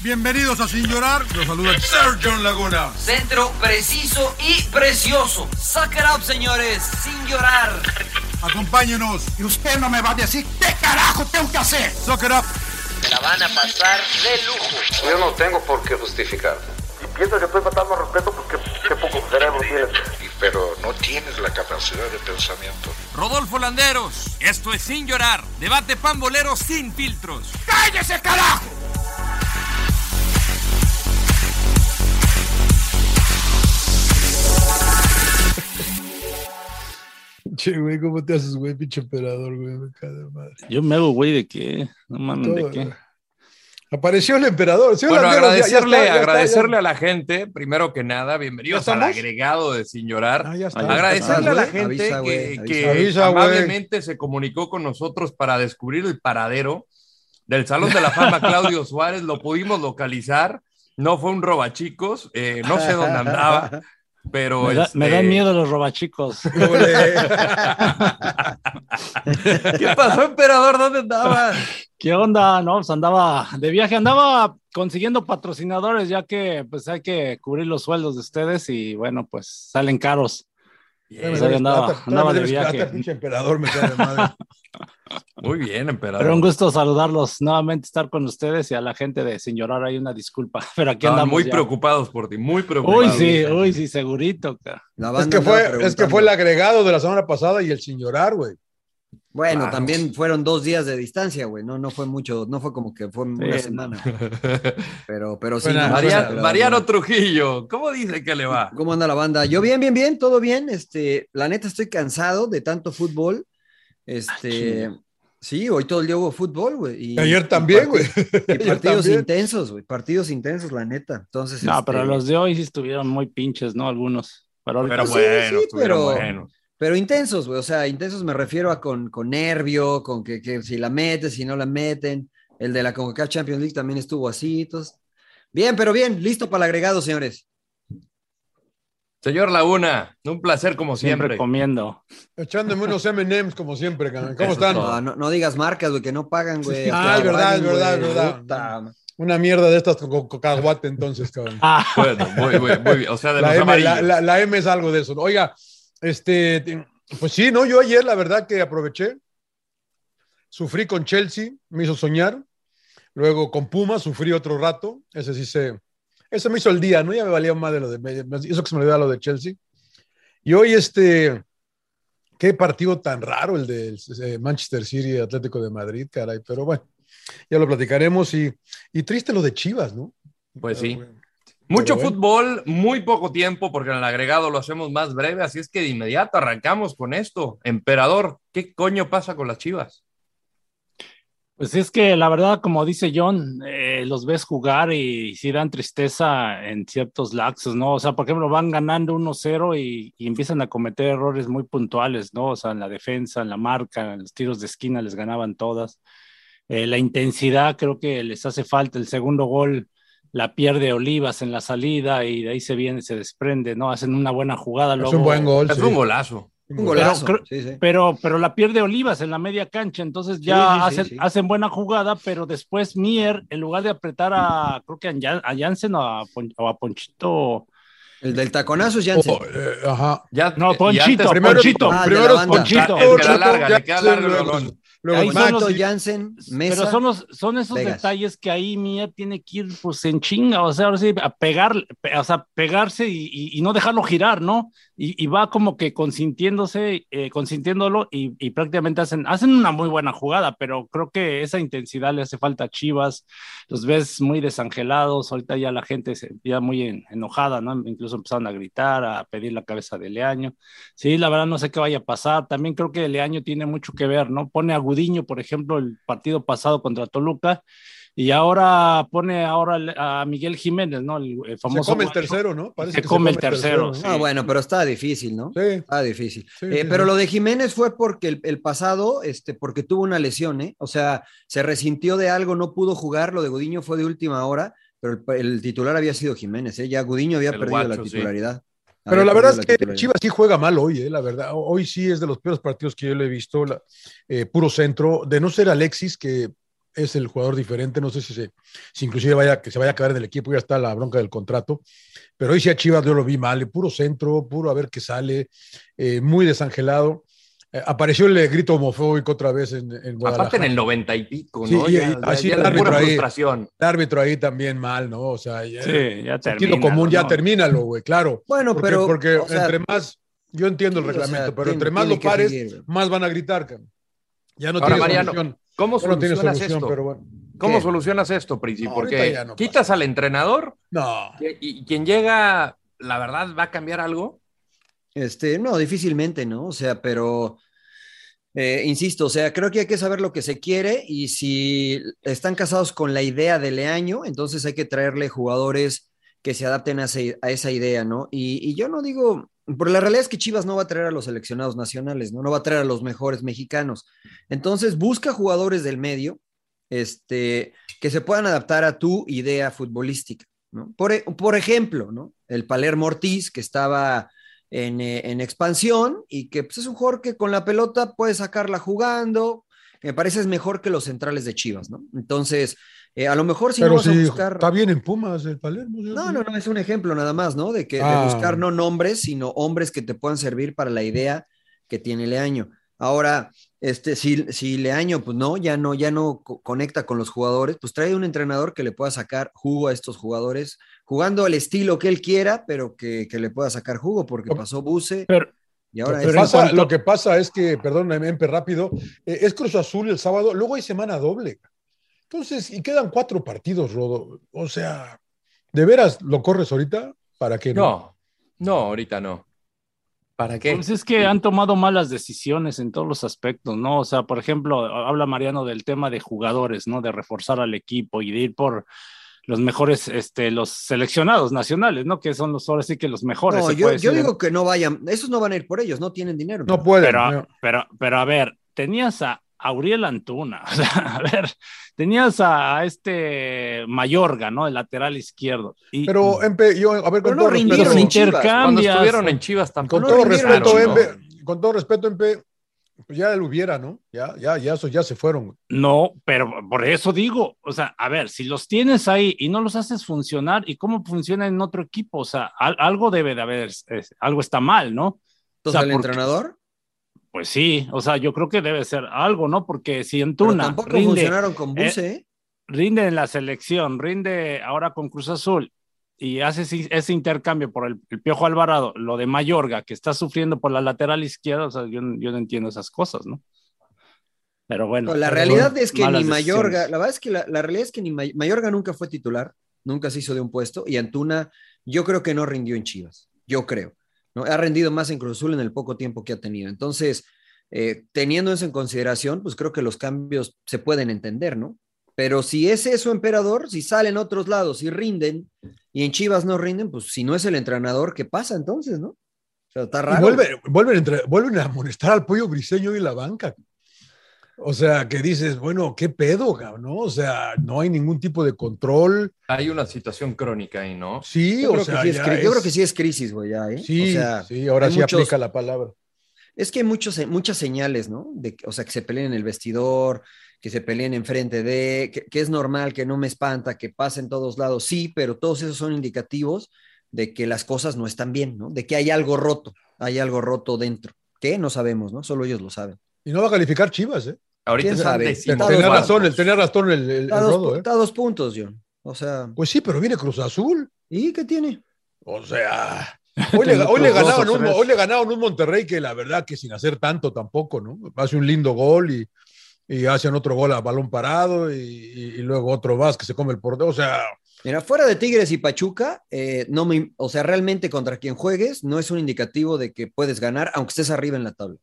Bienvenidos a Sin Llorar. Los saluda Sergio Laguna. Centro preciso y precioso. Suck it up, señores, sin llorar. Acompáñenos. Y usted no me va a decir qué carajo tengo que hacer. Suck it up. Te la van a pasar de lujo. Yo no tengo por qué justificarte. Si piensas que estoy faltando al respeto, pues qué, qué poco cerebro tienes. Pero no tienes la capacidad de pensamiento. Rodolfo Landeros, esto es Sin Llorar. Debate pambolero sin filtros. ¡Cállese, carajo! Che, güey, ¿cómo te haces, güey, pinche operador, güey? Me cae de madre. Yo me hago, güey, ¿de qué? No mames, ¿de Todo, qué? güey. Apareció el emperador. Sí, Bueno, Landeros, ya- ya agradecerle, está, ya está, agradecerle ya- a la gente, primero que nada, bienvenidos ¿Ya al estamos? agregado de Sin Llorar. Ah, ya está. agradecerle a la Ah, güey. gente avisa, que, güey, que avisa. Avisa, amablemente Este se comunicó con nosotros para descubrir el paradero del Salón de la Fama Claudio Suárez. Lo pudimos localizar. No fue un robachicos, eh, no sé dónde andaba, pero Me, da- este, me dan miedo los robachicos. ¿Qué pasó, emperador? ¿Dónde andaba? ¿Qué onda? No, pues andaba de viaje, andaba consiguiendo patrocinadores, ya que pues hay que cubrir los sueldos de ustedes y bueno, pues salen caros. Ya me Pues ahí debes andaba, plata, andaba ya me de debes viaje. plata, pinche emperador, me cae de madre. Muy bien, emperador. Pero un gusto saludarlos nuevamente, estar con ustedes y a la gente de Sin Llorar, hay una disculpa, pero aquí Estaban andamos. Ah, muy ya. preocupados por ti, muy Uy, preocupados. sí, uy, sí, segurito. cara. La Es banda que, andaba fue, es que preguntando. fue el agregado de la semana pasada y el sin llorar, güey. Bueno, Claro. también fueron dos días de distancia, güey. No, no fue mucho, no fue como que fue una Sí, semana. Pero, pero sí. Bueno, no, Maria- pero- Mariano Trujillo, ¿cómo dice que le va? ¿Cómo anda la banda? Yo bien, bien, bien, todo bien. Este, la neta estoy cansado de tanto fútbol. Este, sí, hoy todo el día hubo fútbol, güey. y- Ah, Ayer y también, parti- güey. Y Ayer partidos también. intensos, güey. Partidos intensos, la neta. Entonces, No, este, pero los de hoy sí estuvieron muy pinches, ¿no? Algunos. Pero ahorita Pero sí, bueno, sí, estuvieron pero- buenos. Pero intensos, güey. O sea, intensos me refiero a con, con nervio, con que, que si la meten, si no la meten. El de la CONCACAF Champions League también estuvo así. entonces- Bien, pero bien, listo para el agregado, señores. Señor Laguna, un placer como siempre siempre. comiendo. Echándome unos MMs como siempre, cabrón. ¿Cómo Eso están? es todo. Ah, No, no, no digas marcas, güey, que no pagan, güey. Ah, Hasta es verdad, Giovanni, es verdad, güey. es verdad. Puta ma- Una mierda de estas con, con- con cacahuate, entonces, cabrón. Ah, Bueno, muy, muy, muy bien. O sea, de la, los M, la- amarillos. la- la M es algo de eso. Oiga, este, te- pues sí, no, yo ayer la verdad que aproveché. Sufrí con Chelsea, me hizo soñar. Luego con Puma sufrí otro rato. Ese sí se. Ese me hizo el día, ¿no? Ya me valía más de lo de. me- me- Eso que se me olvidaba lo de Chelsea. Y hoy, este. Qué partido tan raro el de eh, Manchester City y Atlético de Madrid, caray. Pero bueno, ya lo platicaremos. Y, y triste lo de Chivas, ¿no? Pues Pero sí. bueno. Mucho Pero bueno. fútbol, muy poco tiempo, porque en el agregado lo hacemos más breve, así es que de inmediato arrancamos con esto. Emperador, ¿qué coño pasa con las chivas? Pues es que la verdad, como dice John, eh, los ves jugar y sí dan tristeza en ciertos laxos, ¿no? O sea, por ejemplo, van ganando 1-0 y, y empiezan a cometer errores muy puntuales, ¿no? O sea, en la defensa, en la marca, en los tiros de esquina les ganaban todas. Eh, la intensidad creo que les hace falta. El segundo gol la pierde Olivas en la salida y de ahí se viene, se desprende, ¿no? Hacen una buena jugada. Es luego- un buen gol. Es sí. un golazo. Un golazo. creo- sí, sí. pero, pero la pierde Olivas en la media cancha, entonces ya Sí, sí, sí, hacen, sí. hacen buena jugada, pero después Mier, en lugar de apretar a, creo que a, Jan- a Jansen o a, Pon- o a Ponchito, El del taconazo es Jansen. Oh, eh, ajá. Ya, No, y Ponchito, antes- Primero, Ponchito. Ah, primero de la es banda. Ponchito, Le queda larga, le queda largo el luego- balón. luego Ahí son Maxi. Mato, los- Jansen, Mesa. pero son, los, son esos Vegas. detalles que ahí Mier tiene que ir pues en chinga, o sea, ahora sí, a pegar, pe- o sea, pegarse y, y- y no dejarlo girar, ¿no? Y, y va como que consintiéndose, eh, consintiéndolo y, y prácticamente hacen, hacen una muy buena jugada, pero creo que esa intensidad le hace falta a Chivas, los ves muy desangelados, ahorita ya la gente se- ya muy en- enojada, ¿no? Incluso empezaron a gritar, a pedir la cabeza de Leaño. Sí, la verdad no sé qué vaya a pasar. También creo que Leaño tiene mucho que ver, ¿no? Pone a Gudiño, por ejemplo, el partido pasado contra Toluca y ahora pone ahora al- a Miguel Jiménez, ¿no? El, eh, famoso. come el guacho. tercero, ¿no? Parece se que come el tercero. Ah, sí. bueno, pero está difícil, ¿no? Sí. Está difícil. Eh, sí, pero sí. lo de Jiménez fue porque el, el pasado, este, porque tuvo una lesión, ¿eh? O sea, se resintió de algo, no pudo jugar, lo de Gudiño fue de última hora, pero el, el titular había sido Jiménez, ¿eh? Ya Gudiño había El perdido la guacho, sí. titularidad. Pero Había la verdad es perdido la que titularidad. Chivas sí juega mal hoy, eh, la verdad. Hoy sí es de los peores partidos que yo le he visto, la- eh, puro centro. De no ser Alexis, que es el jugador diferente, no sé si, se, si inclusive vaya, que se vaya a quedar en el equipo, ya está la bronca del contrato. Pero hoy sí a Chivas yo lo vi mal, eh, puro centro, puro a ver qué sale, eh, muy desangelado. Eh, apareció el eh, grito homofóbico otra vez en, en Aparte en Guadalajara. el noventa y pico, Sí, ¿no? y- Ya- y- ya- así ya el la pura árbitro ahí. frustración. El árbitro ahí también mal, ¿no? O sea, ya, Sí, ya sentido termínalo, común, ya ¿no? termínalo, güey, claro. Bueno, Porque- pero, Porque o sea, entre más, yo entiendo el sí, o sea, reglamento, pero tiene- entre más tiene lo que pares, seguir, güey. más van a gritar, cabrón. Ya no Ahora, tiene Mariano, solución. ¿cómo Ya no tiene solucionas solución, esto? pero bueno. ¿Cómo ¿Qué? solucionas esto, Princi? No, Porque ahorita ya no pasa. quitas al entrenador No. y, y quien llega, la verdad, va a cambiar algo. Este, no, difícilmente, ¿no? O sea, pero eh, insisto, o sea, creo que hay que saber lo que se quiere y si están casados con la idea de Leaño, entonces hay que traerle jugadores que se adapten a, ese- a esa idea, ¿no? Y, y yo no digo, por la realidad es que Chivas no va a traer a los seleccionados nacionales, ¿no? No va a traer a los mejores mexicanos. Entonces busca jugadores del medio, este, que se puedan adaptar a tu idea futbolística, ¿no? Por, e- por ejemplo, ¿no? El Palermo Ortiz, que estaba en, eh, en expansión y que pues, es un jugador que con la pelota puede sacarla jugando. Me parece es mejor que los centrales de Chivas, ¿no? Entonces, eh, a lo mejor si no pero vas a si buscar. está bien en Pumas el Palermo. yo- No, no, no, es un ejemplo nada más, ¿no? De que de Ah. buscar no nombres, sino hombres que te puedan servir para la idea que tiene Leaño. Ahora, este, si, si Leaño, pues no, ya no, ya no co- conecta con los jugadores, pues trae un entrenador que le pueda sacar jugo a estos jugadores, jugando al estilo que él quiera, pero que, que le pueda sacar jugo, porque pasó Buse y ahora lo, que es- pasa, lo que pasa es que, perdón, em, Empe, rápido, eh, es Cruz Azul el sábado, luego hay semana doble. Entonces, y quedan cuatro partidos, Rodo. O sea, ¿de veras lo corres ahorita? ¿Para qué No, no, ahorita no. ¿Para qué? Pues es que han tomado malas decisiones en todos los aspectos, ¿no? O sea, por ejemplo, habla Mariano del tema de jugadores, ¿no? De reforzar al equipo y de ir por los mejores, este, los seleccionados nacionales, ¿no? Que son los, ahora sí que los mejores. No, se yo, puede yo decir, digo que no vayan, esos no van a ir por ellos, no tienen dinero. No puede. Pero, pero, pero a ver, tenías a Auriel Antuna, o sea, a ver, tenías a este Mayorga, ¿no? El lateral izquierdo. Y, Pero, Empe, yo, a ver, Pero con no todo rindieron respeto. en Chivas. Cuando estuvieron en Chivas Con tampoco. todo rindieron, respeto, ¿no? Empe, con todo respeto, Empe, pues ya lo hubiera, ¿no? Ya, ya, ya, eso, ya se fueron. No, pero por eso digo, o sea, a ver, si los tienes ahí y no los haces funcionar, ¿y cómo funciona en otro equipo? O sea, al- algo debe de haber, es- algo está mal, ¿no? O Entonces, sea, ¿al porque- entrenador? Pues sí, o sea, yo creo que debe ser algo, ¿no? Porque si Pero Antuna tampoco rinde- funcionaron con eh, Buse, ¿eh? rinde en la selección, rinde ahora con Cruz Azul y hace ese- ese intercambio por el, el Piojo Alvarado, lo de Mayorga, que está sufriendo por la lateral izquierda, o sea, yo, no- yo no entiendo esas cosas, ¿no? Pero bueno. No, la pero realidad son es que malas ni Mayorga, decisiones. la verdad es que la, la realidad es que ni May- Eh, Mayorga nunca fue titular, nunca se hizo de un puesto y Antuna yo creo que no rindió en Chivas, yo creo. ¿no? Ha rendido más en Cruz Azul en el poco tiempo que ha tenido. Entonces, eh, teniendo eso en consideración, pues creo que los cambios se pueden entender, ¿no? Pero si es eso, emperador, si salen a otros lados y rinden y en Chivas no rinden, pues si no es el entrenador, ¿qué pasa entonces, no? O sea, está Y raro. vuelven, vuelven, a entre- vuelven a amonestar al pollo briseño y la banca. O sea, que dices, bueno, ¿qué pedo, cabrón? ¿no? O sea, no hay ningún tipo de control. Hay una situación crónica ahí, ¿no? Sí, Yo o creo, sea, que sí es, ya cri- yo es- creo que sí es crisis, güey, ya, ¿eh? Sí, O sea, sí, ahora hay sí muchos- aplica la palabra. Es que hay muchos, eh, muchas señales, ¿no? De, que- o sea, que se peleen en el vestidor, que se peleen enfrente de, que, que es normal, que no me espanta, que pasa en todos lados, sí, pero todos esos son indicativos de que las cosas no están bien, ¿no? De que hay algo roto, hay algo roto dentro. ¿Qué? No sabemos, ¿no? Solo ellos lo saben. Y no va a calificar Chivas, ¿eh? Ahorita ¿Quién están sabe? Ten- decimos Tenía cuartos. razón, el, tenía razón el, el- el Está a rodo, dos, ¿eh? está a dos puntos, John. O sea, Pues sí, pero viene Cruz Azul. ¿y qué tiene? O sea, hoy le, hoy le ganaron un, hoy le ganaron un Monterrey que la verdad que sin hacer tanto tampoco, ¿no? Hace un lindo gol y, y hacen otro gol a balón parado y, y- y luego otro más que se come el portero. O sea, Mira, fuera de Tigres y Pachuca, eh, no me, o sea, realmente contra quien juegues no es un indicativo de que puedes ganar, aunque estés arriba en la tabla.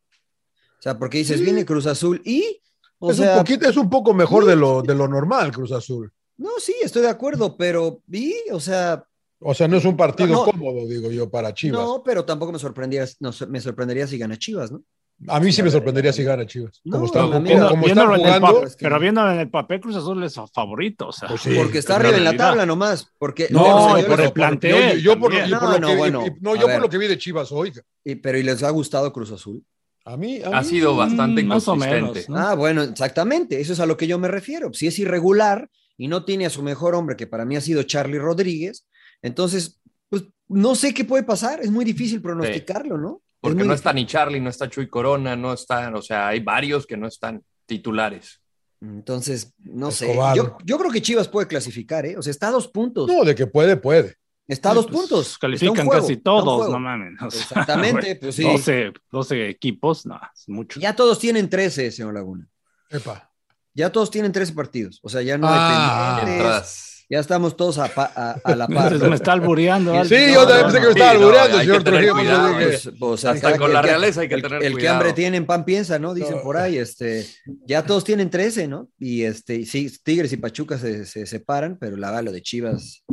O sea, porque dices, viene Cruz Azul y, o es, sea, un poquito, es un poco mejor de lo, de lo normal Cruz Azul. No, sí, estoy de acuerdo, pero vi, o sea, O sea, no es un partido No, no. cómodo, digo yo, para Chivas. no, pero tampoco me sorprendería, no, me sorprendería si gana Chivas, ¿no? A mí sí me sorprendería si gana Chivas. No, como está, no, como- mira, como está Viéndolo en el jugando. Pues papel- pero viéndolo en el papel, Cruz Azul es favorito. o sea, porque está arriba en la realidad. tabla nomás. Porque, No, o sea, por yo el les- plantel Yo- yo por lo- yo por lo No, no, que- bueno, y- no, a yo por ver. lo que vi de Chivas, oiga. Y- pero ¿y les ha gustado Cruz Azul? A mí, a Ha mí- sido bastante Mm, inconsistente. Ah, bueno, exactamente, eso es a lo que yo me refiero. Si es irregular y no tiene a su mejor hombre, que para mí ha sido Charlie Rodríguez, entonces, pues no sé qué puede pasar, es muy difícil pronosticarlo, ¿no? Porque muy no está ni Charlie, no está Chuy Corona, no están, o sea, hay varios que no están titulares. Entonces, no Escobar. sé, yo, yo creo que Chivas puede clasificar, ¿eh? O sea, está a dos puntos, Pues, No, de que puede, puede. está a dos puntos. Está pues, Califican un juego, casi está un todos, juego. no mames. o sea, Exactamente, güey, pues sí. 12, 12 equipos, no, es mucho. Ya todos tienen 13, señor Laguna. Epa. Ya todos tienen 13 partidos. O sea, ya no Ah, hay pendientes. Entradas. Ya estamos todos a, pa- Ah. a- a la par. Entonces me está albureando. Sí, Aldo. Sí, yo también pensé que me estaba Sí, no, albureando, hay que señor tener Trujillo. cuidado, yo dije, Pues, pues, Hasta acá con que- la que- realeza hay que el- tener El que cuidado. hambre tiene en pan piensa, ¿no? Dicen por ahí, este, ya todos tienen 13, ¿no? Y este, y sí, Tigres y Pachuca se, se separan, pero la va lo de Chivas.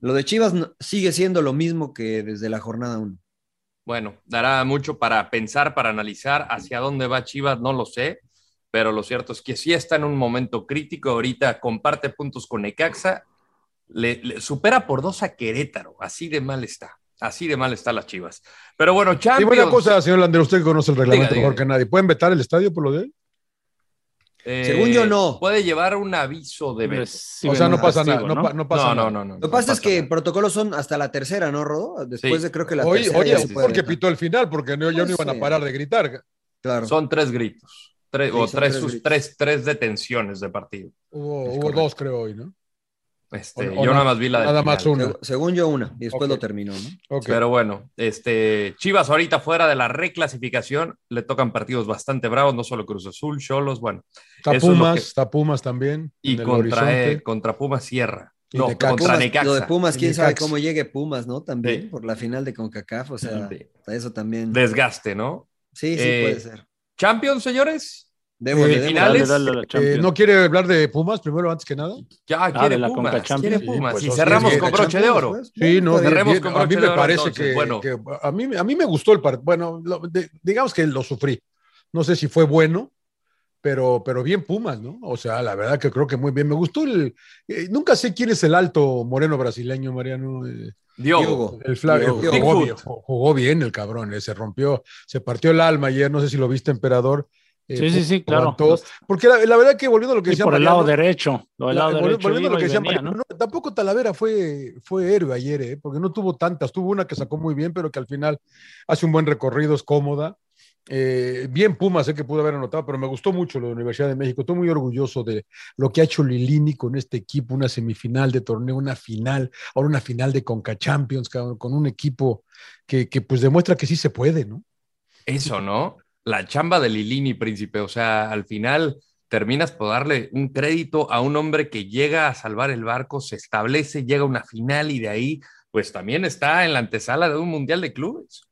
Lo de Chivas no- sigue siendo lo mismo que desde la jornada 1. Bueno, dará mucho para pensar, para analizar hacia dónde va Chivas, no lo sé, pero lo cierto es que sí está en un momento crítico. Ahorita comparte puntos con Necaxa, le, le supera por dos a Querétaro, así de mal está, así de mal está las Chivas. Pero bueno, Y Champions. buena cosa, señor Landero, usted que conoce el reglamento diga, mejor que nadie. ¿Pueden vetar el estadio por lo de él? eh, Según yo, no. Puede llevar un aviso de veto. Sí, o sea, bueno, no pasa nada. castigo, No, pa- no pasa no, nada. no, no, no, Lo que no pasa es pasa que nada. protocolos son hasta la tercera, ¿no, Rodo? Después Sí. de creo que la Oye, tercera oye, ya se fue puede. porque pitó el final, porque no, ya no Pues, iban a eh, parar de gritar. Claro. Son tres gritos. Tres, Sí, o son tres, tres sus- gritos. tres, tres detenciones de partido. Hubo, hubo correcto. dos, creo, hoy, ¿no? Este, O- o yo no, nada más vi la del Nada final. más una. Seg- Según yo, una. Y después Ok. lo terminó, ¿no? Ok. Pero bueno, este, Chivas ahorita fuera de la reclasificación, le tocan partidos bastante bravos, no solo Cruz Azul, Cholos, bueno, Está eso es lo Pumas, que- está Pumas también. y en el contra, eh, horizonte. contra Pumas Sierra, Y no, Necaxa. contra Pumas, Necaxa. Lo de Pumas, quién sabe Necaxa. cómo llegue Pumas, ¿no? También Sí. por la final de CONCACAF, o sea, Sí. eso también. Desgaste, ¿no? sí, sí, eh, puede ser. Champions, señores, Démosle, eh, démosle. finales, Dale, dale a la Eh, Champions. ¿No quiere hablar de Pumas primero, antes que nada? ya Ah, quiere de la Pumas, Conca Champions. quiere Sí, Pumas, pues, y o sea, cerramos es que con la broche de oro. Pues, Sí, está no, bien. bien, Cerremos bien. con a mí broche de me oro, parece entonces, que, bueno. que- a, mí, a mí me gustó el partido. Bueno, lo- de- digamos que lo sufrí. No sé si fue bueno, pero, pero bien Pumas, ¿no? O sea, la verdad que creo que muy bien. Me gustó el. eh, nunca sé quién es el alto moreno brasileño, Mariano. eh, Diogo. Diogo. el flaco. Diogo. Jugó Bigfoot. bien, jugó bien el cabrón, eh, se rompió, se partió el alma ayer. No sé si lo viste, emperador. eh, Sí, sí, sí, claro. aguantó. Porque la, la verdad que volviendo a lo que Y decía por el Mariano, lado derecho. Lo del la- eh, lado vol- derecho. volviendo a iba lo y que decía venía, Mariano, ¿no? no, tampoco Talavera fue, fue héroe ayer, ¿eh? porque no tuvo tantas, tuvo una que sacó muy bien, pero que al final hace un buen recorrido, es cómoda. Eh, bien Pumas, sé que pudo haber anotado, pero me gustó mucho lo de la Universidad de México. Estoy muy orgulloso de lo que ha hecho Lilini con este equipo, una semifinal de torneo, una final, ahora una final de Conca Champions, cabrón, con un equipo que, que pues demuestra que sí se puede, ¿no? Eso, ¿no? La chamba de Lilini, príncipe. O sea, al final terminas por darle un crédito a un hombre que llega a salvar el barco, se establece, llega a una final y de ahí, pues también está en la antesala de un mundial de clubes.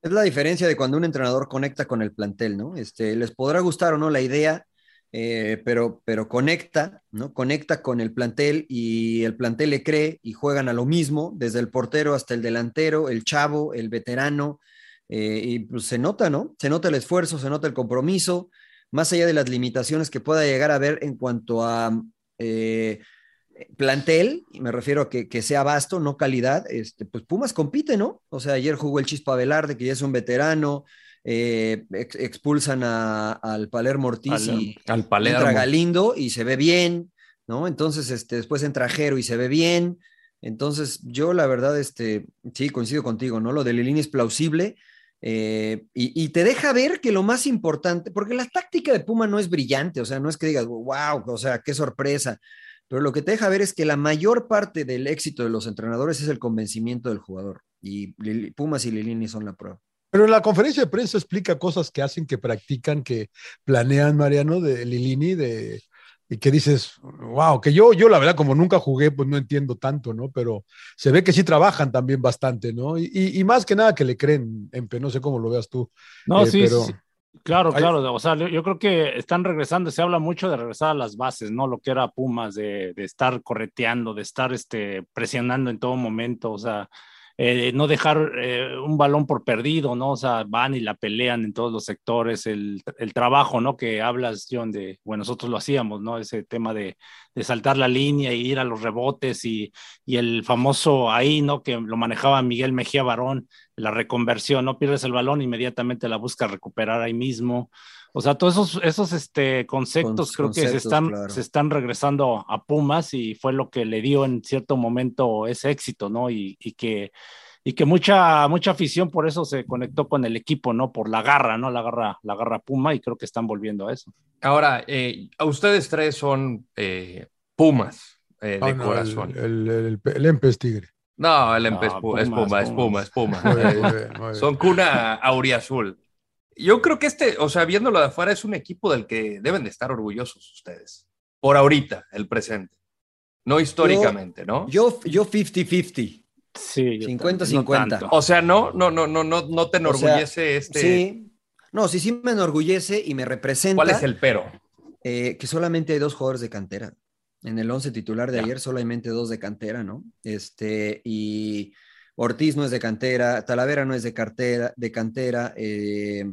Es la diferencia de cuando un entrenador conecta con el plantel, ¿no? Este, les podrá gustar o no la idea, eh, pero, pero conecta, ¿no? Conecta con el plantel y el plantel le cree y juegan a lo mismo, desde el portero hasta el delantero, el chavo, el veterano, eh, y pues se nota, ¿no? Se nota el esfuerzo, se nota el compromiso, más allá de las limitaciones que pueda llegar a haber en cuanto a eh, plantel, y me refiero a que, que sea vasto, no calidad, este, pues Pumas compite, ¿no? O sea, ayer jugó el Chispa Velarde, que ya es un veterano, eh, ex- expulsan a- al Palermo Ortiz Al- y Al entra Palermo. Galindo y se ve bien, ¿no? Entonces, este, después entra Jero y se ve bien. Entonces, yo la verdad, este, sí, coincido contigo, ¿no? Lo de Lilini es plausible eh, y, y te deja ver que lo más importante, porque la táctica de Puma no es brillante, o sea, no es que digas, wow, o sea, qué sorpresa, pero lo que te deja ver es que la mayor parte del éxito de los entrenadores es el convencimiento del jugador y Lili- Pumas y Lilini son la prueba. Pero en la conferencia de prensa explica cosas que hacen, que practican, que planean, Mariano, de Lilini, de, y que dices, wow, que yo, yo la verdad, como nunca jugué, pues no entiendo tanto, ¿no? Pero se ve que sí trabajan también bastante, ¿no? Y, y- y más que nada que le creen, Empe, no sé cómo lo veas tú. No, Eh, sí, pero- sí. Claro, claro. O sea, yo, yo creo que están regresando. Se habla mucho de regresar a las bases, ¿no? Lo que era Pumas, de, de estar correteando, de estar este, presionando en todo momento. O sea, eh, no dejar eh, un balón por perdido, ¿no? O sea, van y la pelean en todos los sectores, el, el trabajo, ¿no? Que hablas, John, de, bueno, nosotros lo hacíamos, ¿no? Ese tema de, de saltar la línea e ir a los rebotes y, y el famoso ahí, ¿no? Que lo manejaba Miguel Mejía Barón, la reconversión, ¿no? Pierdes el balón, inmediatamente la buscas recuperar ahí mismo. O sea, todos esos, esos este, conceptos Con- creo que se conceptos, están, claro. se están regresando a Pumas y fue lo que le dio en cierto momento ese éxito, ¿no? Y, y que, y que mucha, mucha afición por eso se conectó con el equipo, ¿no? Por la garra, ¿no? La garra, la garra Puma y creo que están volviendo a eso. Ahora, eh, a ustedes tres son eh, Pumas eh, Ah, de no, corazón. El, el, el, el Empe es tigre. No, el No, empe- es, pu- es Puma, Pumas, es Puma, es Puma. Muy bien, Eh, muy bien, muy bien. Son cuna auriazul. Yo creo que este, o sea, viéndolo de afuera, es un equipo del que deben de estar orgullosos ustedes. Por ahorita, el presente. No históricamente, ¿no? Yo, yo 50-50. Sí. 50-50. O sea, no, no, no, no, no, no te O sea, enorgullece este. Sí. No, sí, sí me enorgullece y me representa. ¿Cuál es el pero? Eh, que solamente hay dos jugadores de cantera. En el 11 titular de ayer solamente dos de cantera, ¿no? Este, y Ortiz no es de cantera, Talavera no es de cartera, de cantera, eh,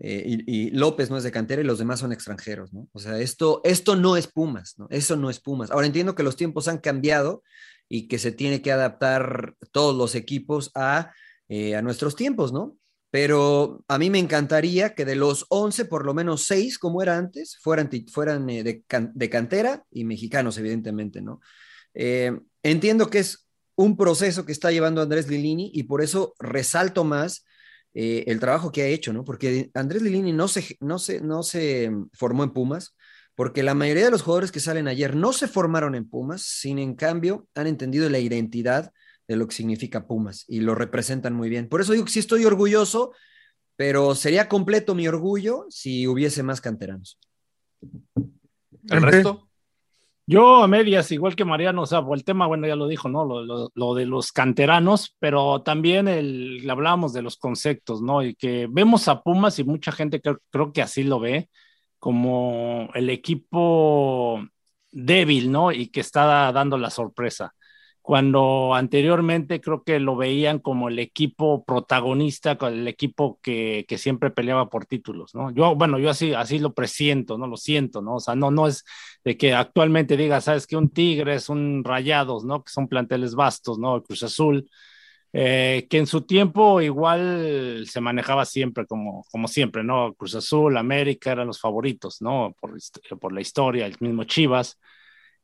eh, y, y López no es de cantera y los demás son extranjeros, ¿no? O sea, esto, esto no es Pumas, ¿no? Eso no es Pumas. Ahora entiendo que los tiempos han cambiado y que se tiene que adaptar todos los equipos a, eh, a nuestros tiempos, ¿no? Pero a mí me encantaría que de los 11, por lo menos 6, como era antes, fueran, ti- fueran eh, de, can- de cantera y mexicanos, evidentemente, ¿no? Eh, entiendo que es un proceso que está llevando Andrés Lilini y por eso resalto más eh, el trabajo que ha hecho, ¿no? Porque Andrés Lilini no se, no, se, no se mm, formó en Pumas, porque la mayoría de los jugadores que salen ayer no se formaron en Pumas, sin en cambio han entendido la identidad de lo que significa Pumas y lo representan muy bien. Por eso digo que sí estoy orgulloso, pero sería completo mi orgullo si hubiese más canteranos. ¿El resto? Yo a medias, igual que Mariano, o sea, por el tema, bueno, ya lo dijo, ¿no? Lo, lo- lo de los canteranos, pero también el, hablábamos de los conceptos, ¿no? Y que vemos a Pumas y mucha gente creo, creo que así lo ve, como el equipo débil, ¿no? Y que está dando la sorpresa. Cuando anteriormente creo que lo veían como el equipo protagonista, con el equipo que, que siempre peleaba por títulos, ¿no? Yo, bueno, yo así, así lo presiento, ¿no? Lo siento, ¿no? O sea, no, no es de que actualmente digas, sabes que un Tigres, un Rayados, ¿no? Que son planteles vastos, ¿no? El Cruz Azul, eh, que en su tiempo igual se manejaba siempre como, como siempre, ¿no? Cruz Azul, América eran los favoritos, ¿no? Por, hist- por la historia, el mismo Chivas.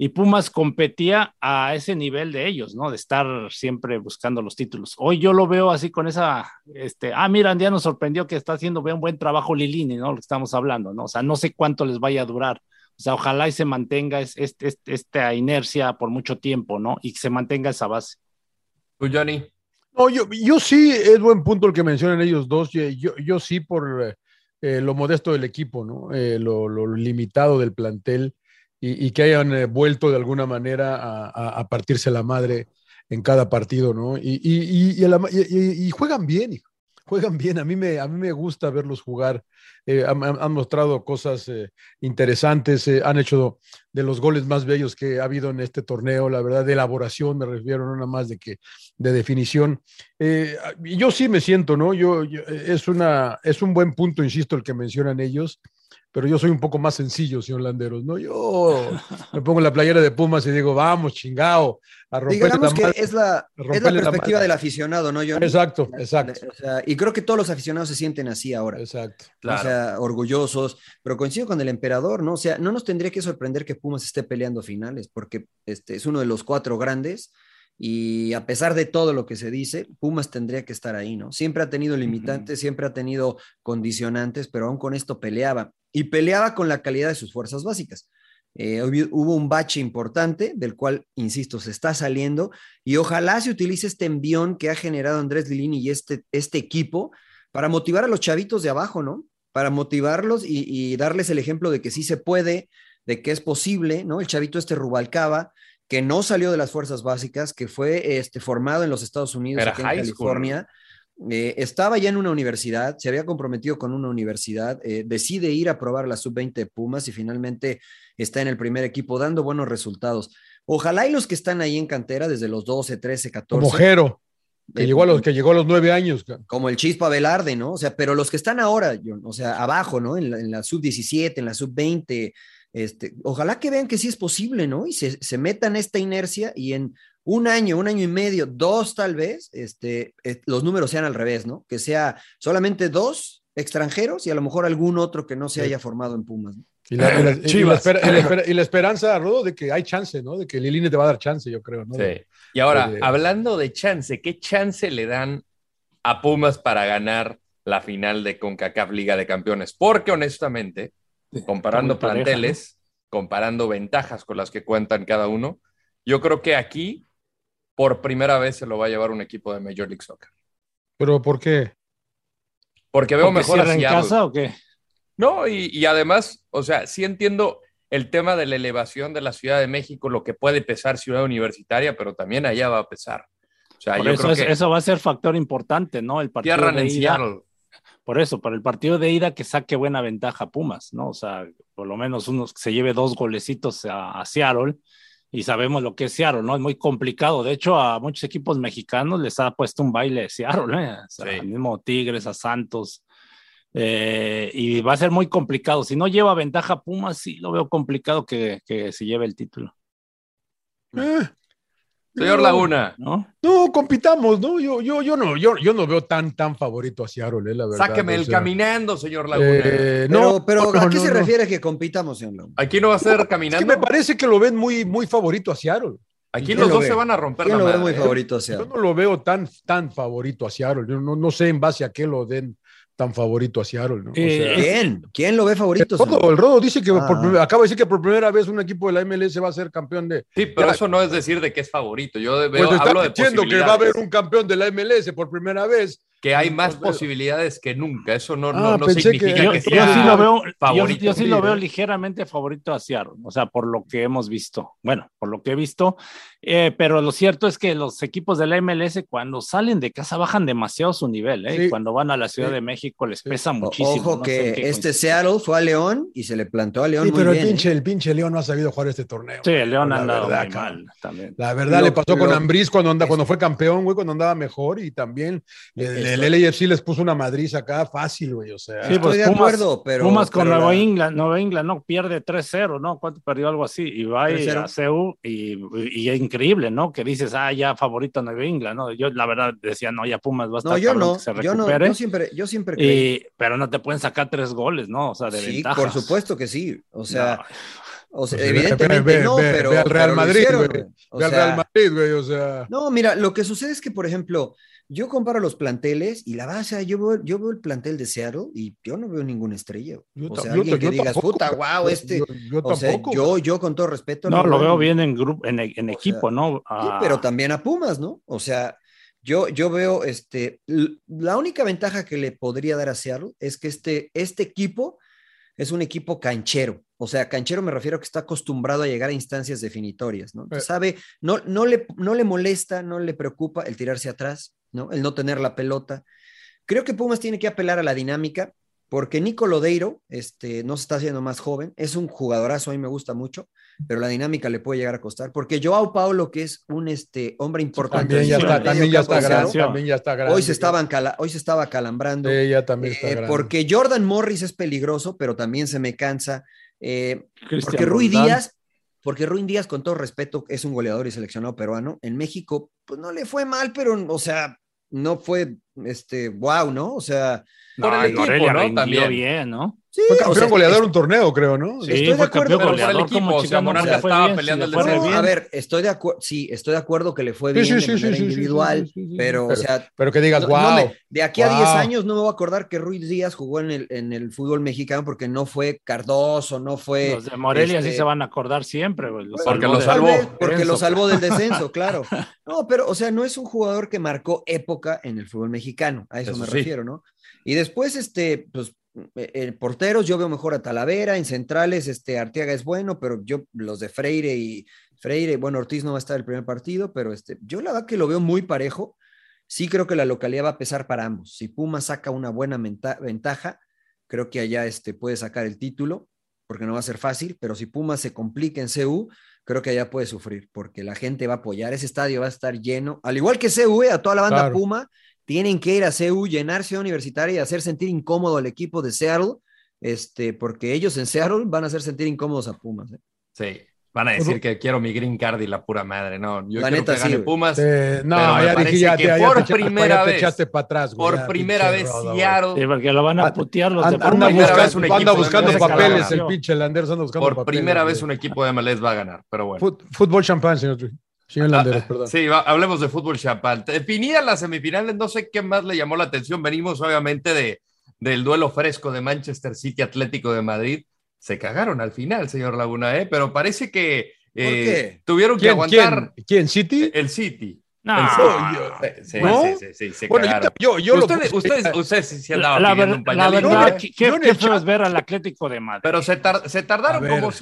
Y Pumas competía a ese nivel de ellos, ¿no? De estar siempre buscando los títulos. Hoy yo lo veo así con esa, este, ah, mira, ya nos sorprendió que está haciendo un buen trabajo Lilini, ¿no? Lo que estamos hablando, ¿no? O sea, no sé cuánto les vaya a durar. O sea, ojalá y se mantenga es- es- es- esta inercia por mucho tiempo, ¿no? Y que se mantenga esa base. ¿Tú, Johnny? No, yo, yo sí, es buen punto el que mencionan ellos dos. Yo, yo, yo sí por eh, lo modesto del equipo, ¿no? Eh, lo, lo limitado del plantel y, y que hayan eh, vuelto de alguna manera a, a- a partirse la madre en cada partido, ¿no? Y, y, y- y a la ma- y- y- y juegan bien, hijo. juegan bien. A mí me, a mí me gusta verlos jugar. Eh, han, han- han mostrado cosas eh, interesantes, eh, han hecho de los goles más bellos que ha habido en este torneo, la verdad, de elaboración, me refiero, no nada más de que de definición. Eh, yo sí me siento, ¿no? Yo, yo- es, una, es un buen punto, insisto, el que mencionan ellos, pero yo soy un poco más sencillo, señor Landeros, ¿no? Yo me pongo la playera de Pumas y digo, vamos, chingao, a romper Digamos que madre, es la, es a la romperle perspectiva madre". del aficionado, ¿no, Johnny? Exacto, exacto. O sea, y creo que todos los aficionados se sienten así ahora. Exacto. O sea, orgullosos, pero coincido con el emperador, ¿no? O sea, no nos tendría que sorprender que Pumas esté peleando finales, porque este es uno de los cuatro grandes y a pesar de todo lo que se dice, Pumas tendría que estar ahí, ¿no? Siempre ha tenido limitantes, siempre ha tenido condicionantes, pero aún con esto peleaba y peleaba con la calidad de sus fuerzas básicas. Eh, hubi- hubo un bache importante del cual, insisto, se está saliendo y ojalá se utilice este envión que ha generado Andrés Lilini y este, este equipo para motivar a los chavitos de abajo, ¿no? Para motivarlos y, y darles el ejemplo de que sí se puede, de que es posible, ¿no? El chavito este Rubalcaba, que no salió de las fuerzas básicas, que fue este, formado en los Estados Unidos, Era aquí en high school. California, eh, estaba ya en una universidad, se había comprometido con una universidad, eh, decide ir a probar la sub-20 de Pumas y finalmente está en el primer equipo dando buenos resultados. Ojalá y los que están ahí en cantera desde los 12, 13, 14. Como Jero, Eh, que, llegó a los, que llegó a los nueve años. cara. Como el Chispa Velarde, ¿no? O sea, pero los que están ahora, John, o sea, abajo, ¿no? En la, en la sub-17, en la sub-20, este, ojalá que vean que sí es posible, ¿no? Y se, se metan esta inercia y en un año, un año y medio, dos tal vez, este, eh, los números sean al revés, ¿no? Que sea solamente dos extranjeros y a lo mejor algún otro que no se haya formado en Pumas. ¿no? Y la, y la- y la espera- y la espera- y la esperanza, Rodo, de que hay chance, ¿no? De que Lilini te va a dar chance, yo creo, ¿no? Sí. Y ahora, Oye. hablando de chance, ¿qué chance le dan a Pumas para ganar la final de CONCACAF Liga de Campeones? Porque honestamente, comparando Está muy pareja, planteles, comparando ventajas con las que cuentan cada uno, yo creo que aquí por primera vez se lo va a llevar un equipo de Major League Soccer. Pero ¿por qué? Porque veo ¿Porque mejor a cierra en Seattle. casa o qué? No, y, y además, o sea, sí entiendo el tema de la elevación de la Ciudad de México, lo que puede pesar Ciudad Universitaria, pero también allá va a pesar. O sea, Por Ah, yo eso, creo es- que eso va a ser factor importante, ¿no? El partido Cierran de en ida. Seattle. Por eso, para el partido de ida que saque buena ventaja Pumas, ¿no? O sea, por lo menos unos que se lleve dos golecitos a, a Seattle y sabemos lo que es Seattle, ¿no? Es muy complicado. De hecho, a muchos equipos mexicanos les ha puesto un baile Seattle, ¿eh? O sea, al mismo Tigres, a Santos. Eh, y va a ser muy complicado. Si no lleva ventaja Pumas, sí lo veo complicado que, que se lleve el título. Eh, Señor no. Laguna. ¿No? No, compitamos, ¿no? Yo, yo, yo no, yo, yo no veo tan, tan favorito a Seattle, eh, la verdad. sáqueme o el sea. caminando, señor Laguna. Eh, Pero, no, pero no, ¿a qué no, se no. refiere que compitamos, señor Laguna? Aquí no va a ser Es que caminando. me parece que lo ven muy, muy favorito a Seattle. Aquí ¿Quién los lo dos ve? se van a romper ¿Quién la lo ve madre. muy ¿eh? favorito a Seattle? Yo no lo veo tan, tan favorito a Seattle. Yo no, no sé en base a qué lo den tan favorito a Seattle, ¿no? O Eh, sea, ¿Quién? ¿Quién lo ve favorito? El Rodo, señor? el Rodo dice que Ah. por primera- acaba de decir que por primera vez un equipo de la MLS va a ser campeón de. Sí, pero Ya, eso no es decir de que es favorito. Yo de- pues veo, te hablo de están diciendo que va a haber posibilidades, un campeón de la MLS por primera vez. que hay más posibilidades que nunca. Eso no, no- Ah, no pensé que- significa que, yo, yo sea sí lo veo, yo- favorito. yo sí lo veo Sí, ligeramente favorito a Seattle, o sea, por lo que hemos visto. Bueno, por lo que he visto, eh, pero lo cierto es que los equipos de la MLS cuando salen de casa bajan demasiado su nivel, ¿eh? Y Sí. Cuando van a la Ciudad Sí. de México les pesa O- muchísimo. Ojo no sé que qué este coincide. Seattle fue a León y se le plantó a León Sí, muy pero el bien. ¿eh? pinche, el pinche León no ha sabido jugar este torneo. Sí, el León La ha andado verdad, muy cabrón. mal también. La verdad Lo- le pasó con lo- Ambriz cuando anda, cuando fue campeón, güey, cuando andaba mejor y también el, el LAFC les puso una madriz acá fácil, güey. O sea, Sí, pues Estoy de Pumas- acuerdo, pero. Pumas con pero Nueva la- Inglaterra, Nueva Inglaterra no pierde 3-0, ¿no? ¿Cuánto perdió algo así? Y va y 3-0. a CEU y, y es increíble, ¿no? Que dices, ah, ya favorito Nueva Inglaterra, ¿no? Yo la verdad decía, no, ya Pumas va a estar No, yo cabrón no. que se Yo no. recupere. Yo siempre, yo siempre creí. Y- pero no te pueden sacar tres goles, ¿no? O sea, de sí, ventaja. por supuesto que sí. O sea, o sea, pues, ve- evidentemente ve- ve- no, ve- pero. ve al pero Real lo Madrid, hicieron, güey. güey. O Ve al sea, Real Madrid, güey. O sea, No, mira, lo que sucede es que, por ejemplo, yo comparo los planteles y la base, yo veo, yo veo el plantel de Seattle y yo no veo ninguna estrella. yo o ta- sea, yo alguien ta- que yo digas, tampoco, puta, güey. wow, Yo- este. Yo, yo o sea, tampoco. yo, yo con todo respeto. No, lo veo bien. bien en grupo, en, en equipo, ¿no? Sí, Ah, pero también a Pumas, ¿no? O sea, yo, yo veo, este, l- la única ventaja que le podría dar a Seattle es que este, este equipo es un equipo canchero. O sea, canchero me refiero a que está acostumbrado a llegar a instancias definitorias, ¿no? Eh. Sabe, no, no, le, no le molesta, no le preocupa el tirarse atrás, ¿no? El no tener la pelota. Creo que Pumas tiene que apelar a la dinámica porque Nico Lodeiro, este, no se está haciendo más joven, es un jugadorazo, a mí me gusta mucho, pero la dinámica le puede llegar a costar, porque Joao Paulo, que es un este, hombre importante, también ya en el está, medio también ya campo está de Seattle, grande, también ya está grande. hoy se, estaba encala- hoy se estaba calambrando, Sí, ya también eh, está grande. porque Jordan Morris es peligroso, pero también se me cansa, eh, Cristian porque Rui Roldán. Díaz, porque Rui Díaz, con todo respeto, es un goleador y seleccionado peruano, en México, pues no le fue mal, pero, o sea, no fue, este, wow, ¿no? O sea... No, por el en equipo, Morelia ¿no? rindió También. bien, ¿no? Sí, Fue o campeón sea, goleador un torneo, creo, ¿no? Sí, estoy de fue acuerdo, campeón pero por el goleador equipo, como o sea, chingado, Monarca le fue estaba bien, peleando le fue el No, descenso. bien. a ver, estoy de acuerdo, sí, estoy de acuerdo que le fue Sí, bien sí, de sí, manera sí, sí, sí, individual, sí, sí, sí. pero, o Pero- sea, Pero que digas, no- wow. no me- de aquí a 10 wow". años no me voy a acordar que Ruiz Díaz jugó en el, en el fútbol mexicano porque no fue Cardoso, no fue... Los de Morelia sí este, se van a acordar siempre, güey. Los Porque salvó lo de- Tal salvó. vez, porque Lorenzo. lo salvó del descenso, claro. No, pero, o sea, no es un jugador que marcó época en el fútbol mexicano, a eso, Eso me sí. refiero, ¿no? Y después, este, pues, eh, eh, porteros, yo veo mejor a Talavera, en centrales, este, Arteaga es bueno, pero yo, los de Freire y Freire, bueno, Ortiz no va a estar el primer partido, pero este, yo la verdad que lo veo muy parejo. sí creo que la localidad va a pesar para ambos. Si Puma saca una buena menta- ventaja, creo que allá este, puede sacar el título, porque no va a ser fácil, pero si Puma se complica en CU, creo que allá puede sufrir, porque la gente va a apoyar, ese estadio va a estar lleno, al igual que CU, eh, a toda la banda Claro. Puma, tienen que ir a CU, llenarse de universitaria y hacer sentir incómodo al equipo de Seattle, este, porque ellos en Seattle van a hacer sentir incómodos a Pumas. eh. Sí, van a decir que quiero mi green card y la pura madre. No, yo La quiero neta, que gane sí, güey. Pumas. Eh, no, pero me ya parece dije, ya, que ya- ya por te echa- primera ya te vez. echaste para atrás, güey, por ya, primera pinche vez, rodo, güey. Seattle. Sí, porque lo van a putear los de Anda, por anda primera buscando- vez un anda equipo de buscando MLS papeles ganó. el pinche Landers, anda buscando Por papeles, primera güey. vez un equipo de MLS va a ganar, pero bueno. Fut- Fútbol champán, señor, Tri- señor Landers, perdón. Sí, va- hablemos de fútbol champán. Definida las semifinales, no sé qué más le llamó la atención. Venimos obviamente de, del duelo fresco de Manchester City Atlético de Madrid. Se cagaron al final, señor Laguna, ¿eh? pero parece que eh, qué? tuvieron que ¿Quién, aguantar quién, Eh, quién, City? el City. No. El City. eh, Sí, ¿No? sí, sí, sí, se Bueno, yo cagaron. ta- yo- yo lo ustedes, puse- ustedes, ustedes sí, sí andaban la, pidiendo ver- la un pañalito, verdad, ¿eh? qué, qué feo es ver al Atlético de Madrid. Pero se, tar- se A tardaron ver. como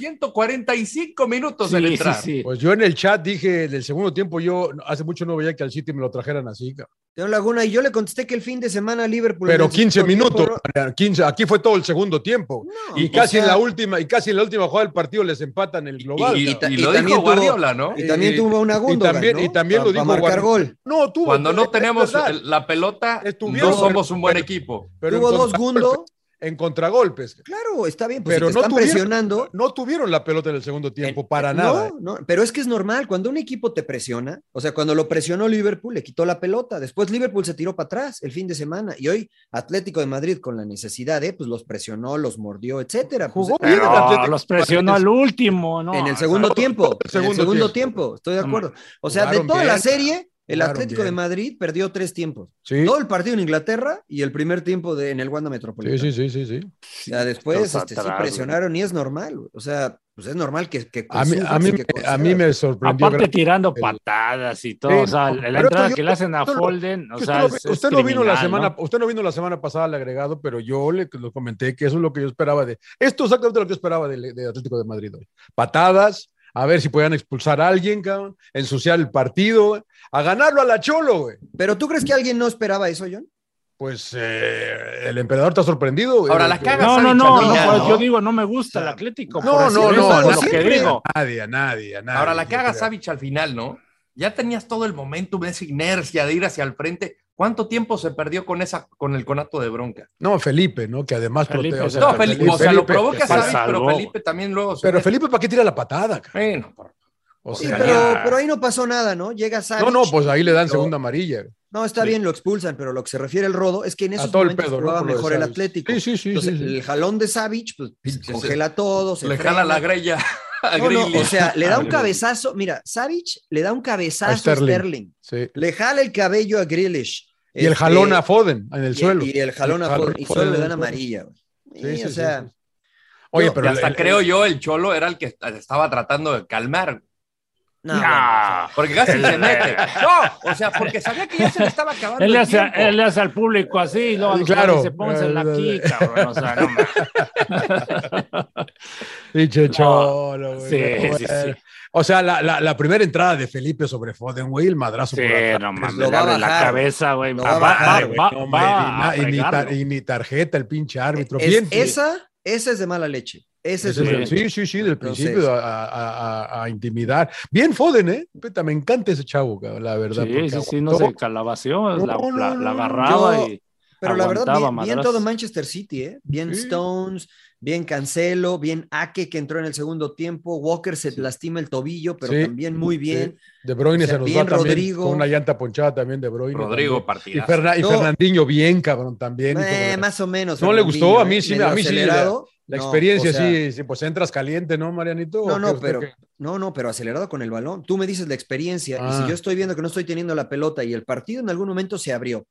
145 minutos en Sí, sí, entrar. sí. Pues yo en el chat dije del segundo tiempo, yo hace mucho no veía que al City me lo trajeran así, cabrón. Señor Laguna, y yo le contesté que el fin de semana Liverpool... en pero el 15 segundo tiempo, minutos, ¿no? Mariano, 15, aquí fue todo el segundo tiempo. y o casi en sea- la última, y casi en la última jugada del partido les empatan el global. y- cabrón. y lo dijo también tuvo- Guardiola, ¿no? Y también tuvo una Eh, y Gundogan, también, ¿no? y también Pa- lo pa dijo marcar Guardiola. gol. No, tuvo, Cuando no es tenemos verdad, el- la pelota, Estuvieron, no somos un buen pero- equipo. pero en tuvo dos contragolpes- Gundo. en contragolpes. Claro, está bien, pues pero si te no están tuvieron, presionando... no tuvieron la pelota en el segundo tiempo para nada. ¿eh? No, no, pero es que es normal. Cuando un equipo te presiona, o sea, cuando lo presionó Liverpool, le quitó la pelota. Después Liverpool se tiró para atrás el fin de semana. Y hoy Atlético de Madrid, con la necesidad de, pues los presionó, los mordió, etcétera. Pues, Jugó eh, bien el No, Atlético los presionó al último, ¿no? en el segundo tiempo. En el el segundo segundo tiempo, estoy de No, acuerdo. O sea, de jugaron toda la bien, serie, el jugaron Atlético de bien. Madrid perdió tres tiempos. Sí. Todo el partido en Inglaterra y el primer tiempo de, en el Wanda Sí, Metropolitano. sí, sí, sí, sí. Ya después Estás este, sí atrás, presionaron y es normal. güey. O sea, pues es normal que, que A mí, a sufras mí, y me- que a mí me concedas. sorprendió. Aparte gran- tirando el- patadas y todo, Sí, o sea, no, la pero esto entrada yo- que le hacen a esto lo- Folden, o Usted sea, no, es- vi- usted es no vino la criminal, semana, ¿no? usted no vino la semana pasada al agregado, pero yo le lo comenté que eso es lo que yo esperaba de esto es exactamente lo que yo esperaba del de Atlético de Madrid hoy. Patadas, a ver si podían expulsar a alguien, cabrón, ensuciar el partido, a ganarlo a la Cholo, güey. Pero tú crees que alguien no esperaba eso, John? Pues eh, el emperador está sorprendido. güey. Ahora la caga No, no, Xavi no, Chandino, no, ¿no? yo digo, no me gusta el Atlético. No, por así no, decirlo, no, por no, lo que siempre. digo. A nadie, a nadie, a nadie. Ahora la yo caga creo. Savich al final, ¿no? Ya tenías todo el momentum, esa inercia de ir hacia el frente. ¿Cuánto tiempo se perdió con esa, con el conato de bronca? No, Felipe, ¿no? Que además Felipe, protege, o sea, No, Felipe, o sea, lo Felipe- provoca se Savich, pero salvó. Felipe también luego se Pero mete. Felipe, ¿para qué tira la patada? cabrón? Bueno, por- O Sí, sea, pero, pero ahí no pasó nada, ¿no? Llega Savic. Pues no, no, pues ahí le dan Lo- segunda amarilla. güey. No, está bien, lo expulsan, pero lo que se refiere el rodo es que en esos todo el momentos pedo, ¿no? jugaba Por lo de mejor el Savic. Atlético. Sí, sí, sí, Entonces, sí, sí. el jalón de Savic, pues Pinche congela todo, se le frena. jala la grella No, a no, Grealish. o sea, le da un A Grealish. cabezazo. Mira, Savic le da un cabezazo a A Sterling. Sterling. Sí. Le jala el cabello a Grealish. Y el Este, jalón a Foden en el y- suelo. Y el jalón a Foden. Y solo le dan amarilla. güey. Sí, Y, sí, o sí, sea, sí. Oye, Yo- pero Y hasta el- el- creo yo el Cholo era el que est- estaba tratando de calmar. no, No. bueno, Ah, Porque casi se mete. No, o sea, porque sabía que ya se le estaba acabando Ah, Él le, el hace, tiempo. él le hace al público así, y luego a los Claro. claro. dice, pónganse aquí, cabrón. O sea, no mames. Pinche cholo, güey. sí, Bueno. sí, sí. O sea, la, la, la primera entrada de Felipe sobre Foden, güey, el madrazo. Sí, por atrás. no mames. Lo Le va a abre la bajar. cabeza, güey. Lo Va, va a va, bajar, va, Madre, va, güey, no, va hombre, a Ah, y, ni tar- fregarlo. y ni tarjeta, el pinche árbitro. es- Bien, esa, esa es de mala leche. Esa es Ese de es mala el- leche. sí, sí, sí, del Entonces- principio a, a- a- a intimidar. Bien Foden, ¿eh? Puta, me encanta ese chavo, cabrón, la verdad. Sí, porque sí, sí, no aguantó. se calabació, No, la, no, la- no, la no. agarraba Yo- y Pero la verdad, aguantaba bien, bien madrazos. todo Manchester City, ¿eh? Bien Sí. Stones, bien Cancelo, bien Ake que entró en el segundo tiempo, Walker se lastima el tobillo, pero Sí, también muy bien. De Bruyne O sea, se nos bien va también Rodrigo. con una llanta ponchada también de Bruyne. también. Rodrigo Y, partidazo. Ferna- y No. Fernandinho bien, cabrón, también. y como Eh, la- más o menos. No le Fernandinho, gustó, a mí ¿eh? sí, Medio a mí sí, la- acelerado. La No, experiencia o sea, sí, sí, pues entras caliente, ¿no, Marianito? No, ¿O no, qué- pero, qué- no, no, pero acelerado con el balón. Tú me dices la experiencia, y Ah. si yo estoy viendo que no estoy teniendo la pelota y el partido en algún momento se abrió.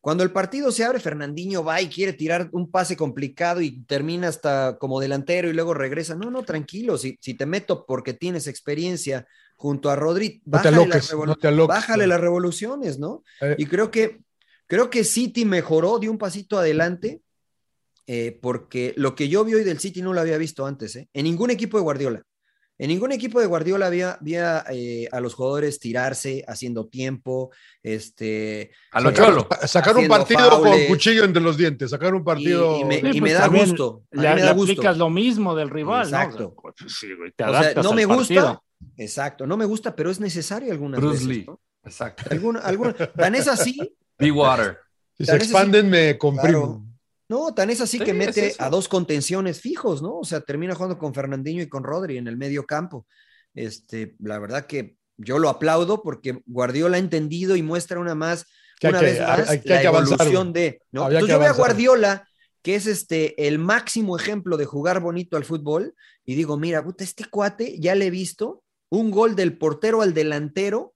Cuando el partido se abre, Fernandinho va y quiere tirar un pase complicado y termina hasta como delantero y luego regresa. No, no, tranquilo, si, si te meto porque tienes experiencia junto a Rodri, No te bájale, las aloques, revolu- no te aloques. bájale las revoluciones, ¿no? Eh. Y creo que, creo que City mejoró, dio un pasito adelante, eh, porque lo que yo vi hoy del City no lo había visto antes, ¿eh? En ningún equipo de Guardiola. En ningún equipo de Guardiola había, había, eh, a los jugadores tirarse, haciendo tiempo, este... A lo sacar- cholo. Sacar un haciendo partido con faules. cuchillo entre los dientes, sacar un partido. Y- y me- Sí, y pues me da también gusto, a mí Le, me da le gusto. aplicas lo mismo del rival, ¿no? Exacto. Sí, güey, te O sea, adaptas no al me gusta. partido. Exacto, no me gusta, pero es necesario algunas Bruce veces. Lee. ¿no? Exacto. Alguna- alguna- tan es así, Be water. Si se Tal vez es- expanden, me comprimo. Claro. no, tan es así Sí, que es mete eso. a dos contenciones fijos, ¿no? O sea, termina jugando con Fernandinho y con Rodri en el medio campo. Este, la verdad que yo lo aplaudo porque Guardiola ha entendido y muestra una más, Que hay una que- vez más, hay- hay que- la hay que avanzar, evolución güey. de, ¿no? Había Entonces que yo veo a avanzar. Guardiola, que es este el máximo ejemplo de jugar bonito al fútbol, y digo, mira, puta, este cuate ya le he visto un gol del portero al delantero,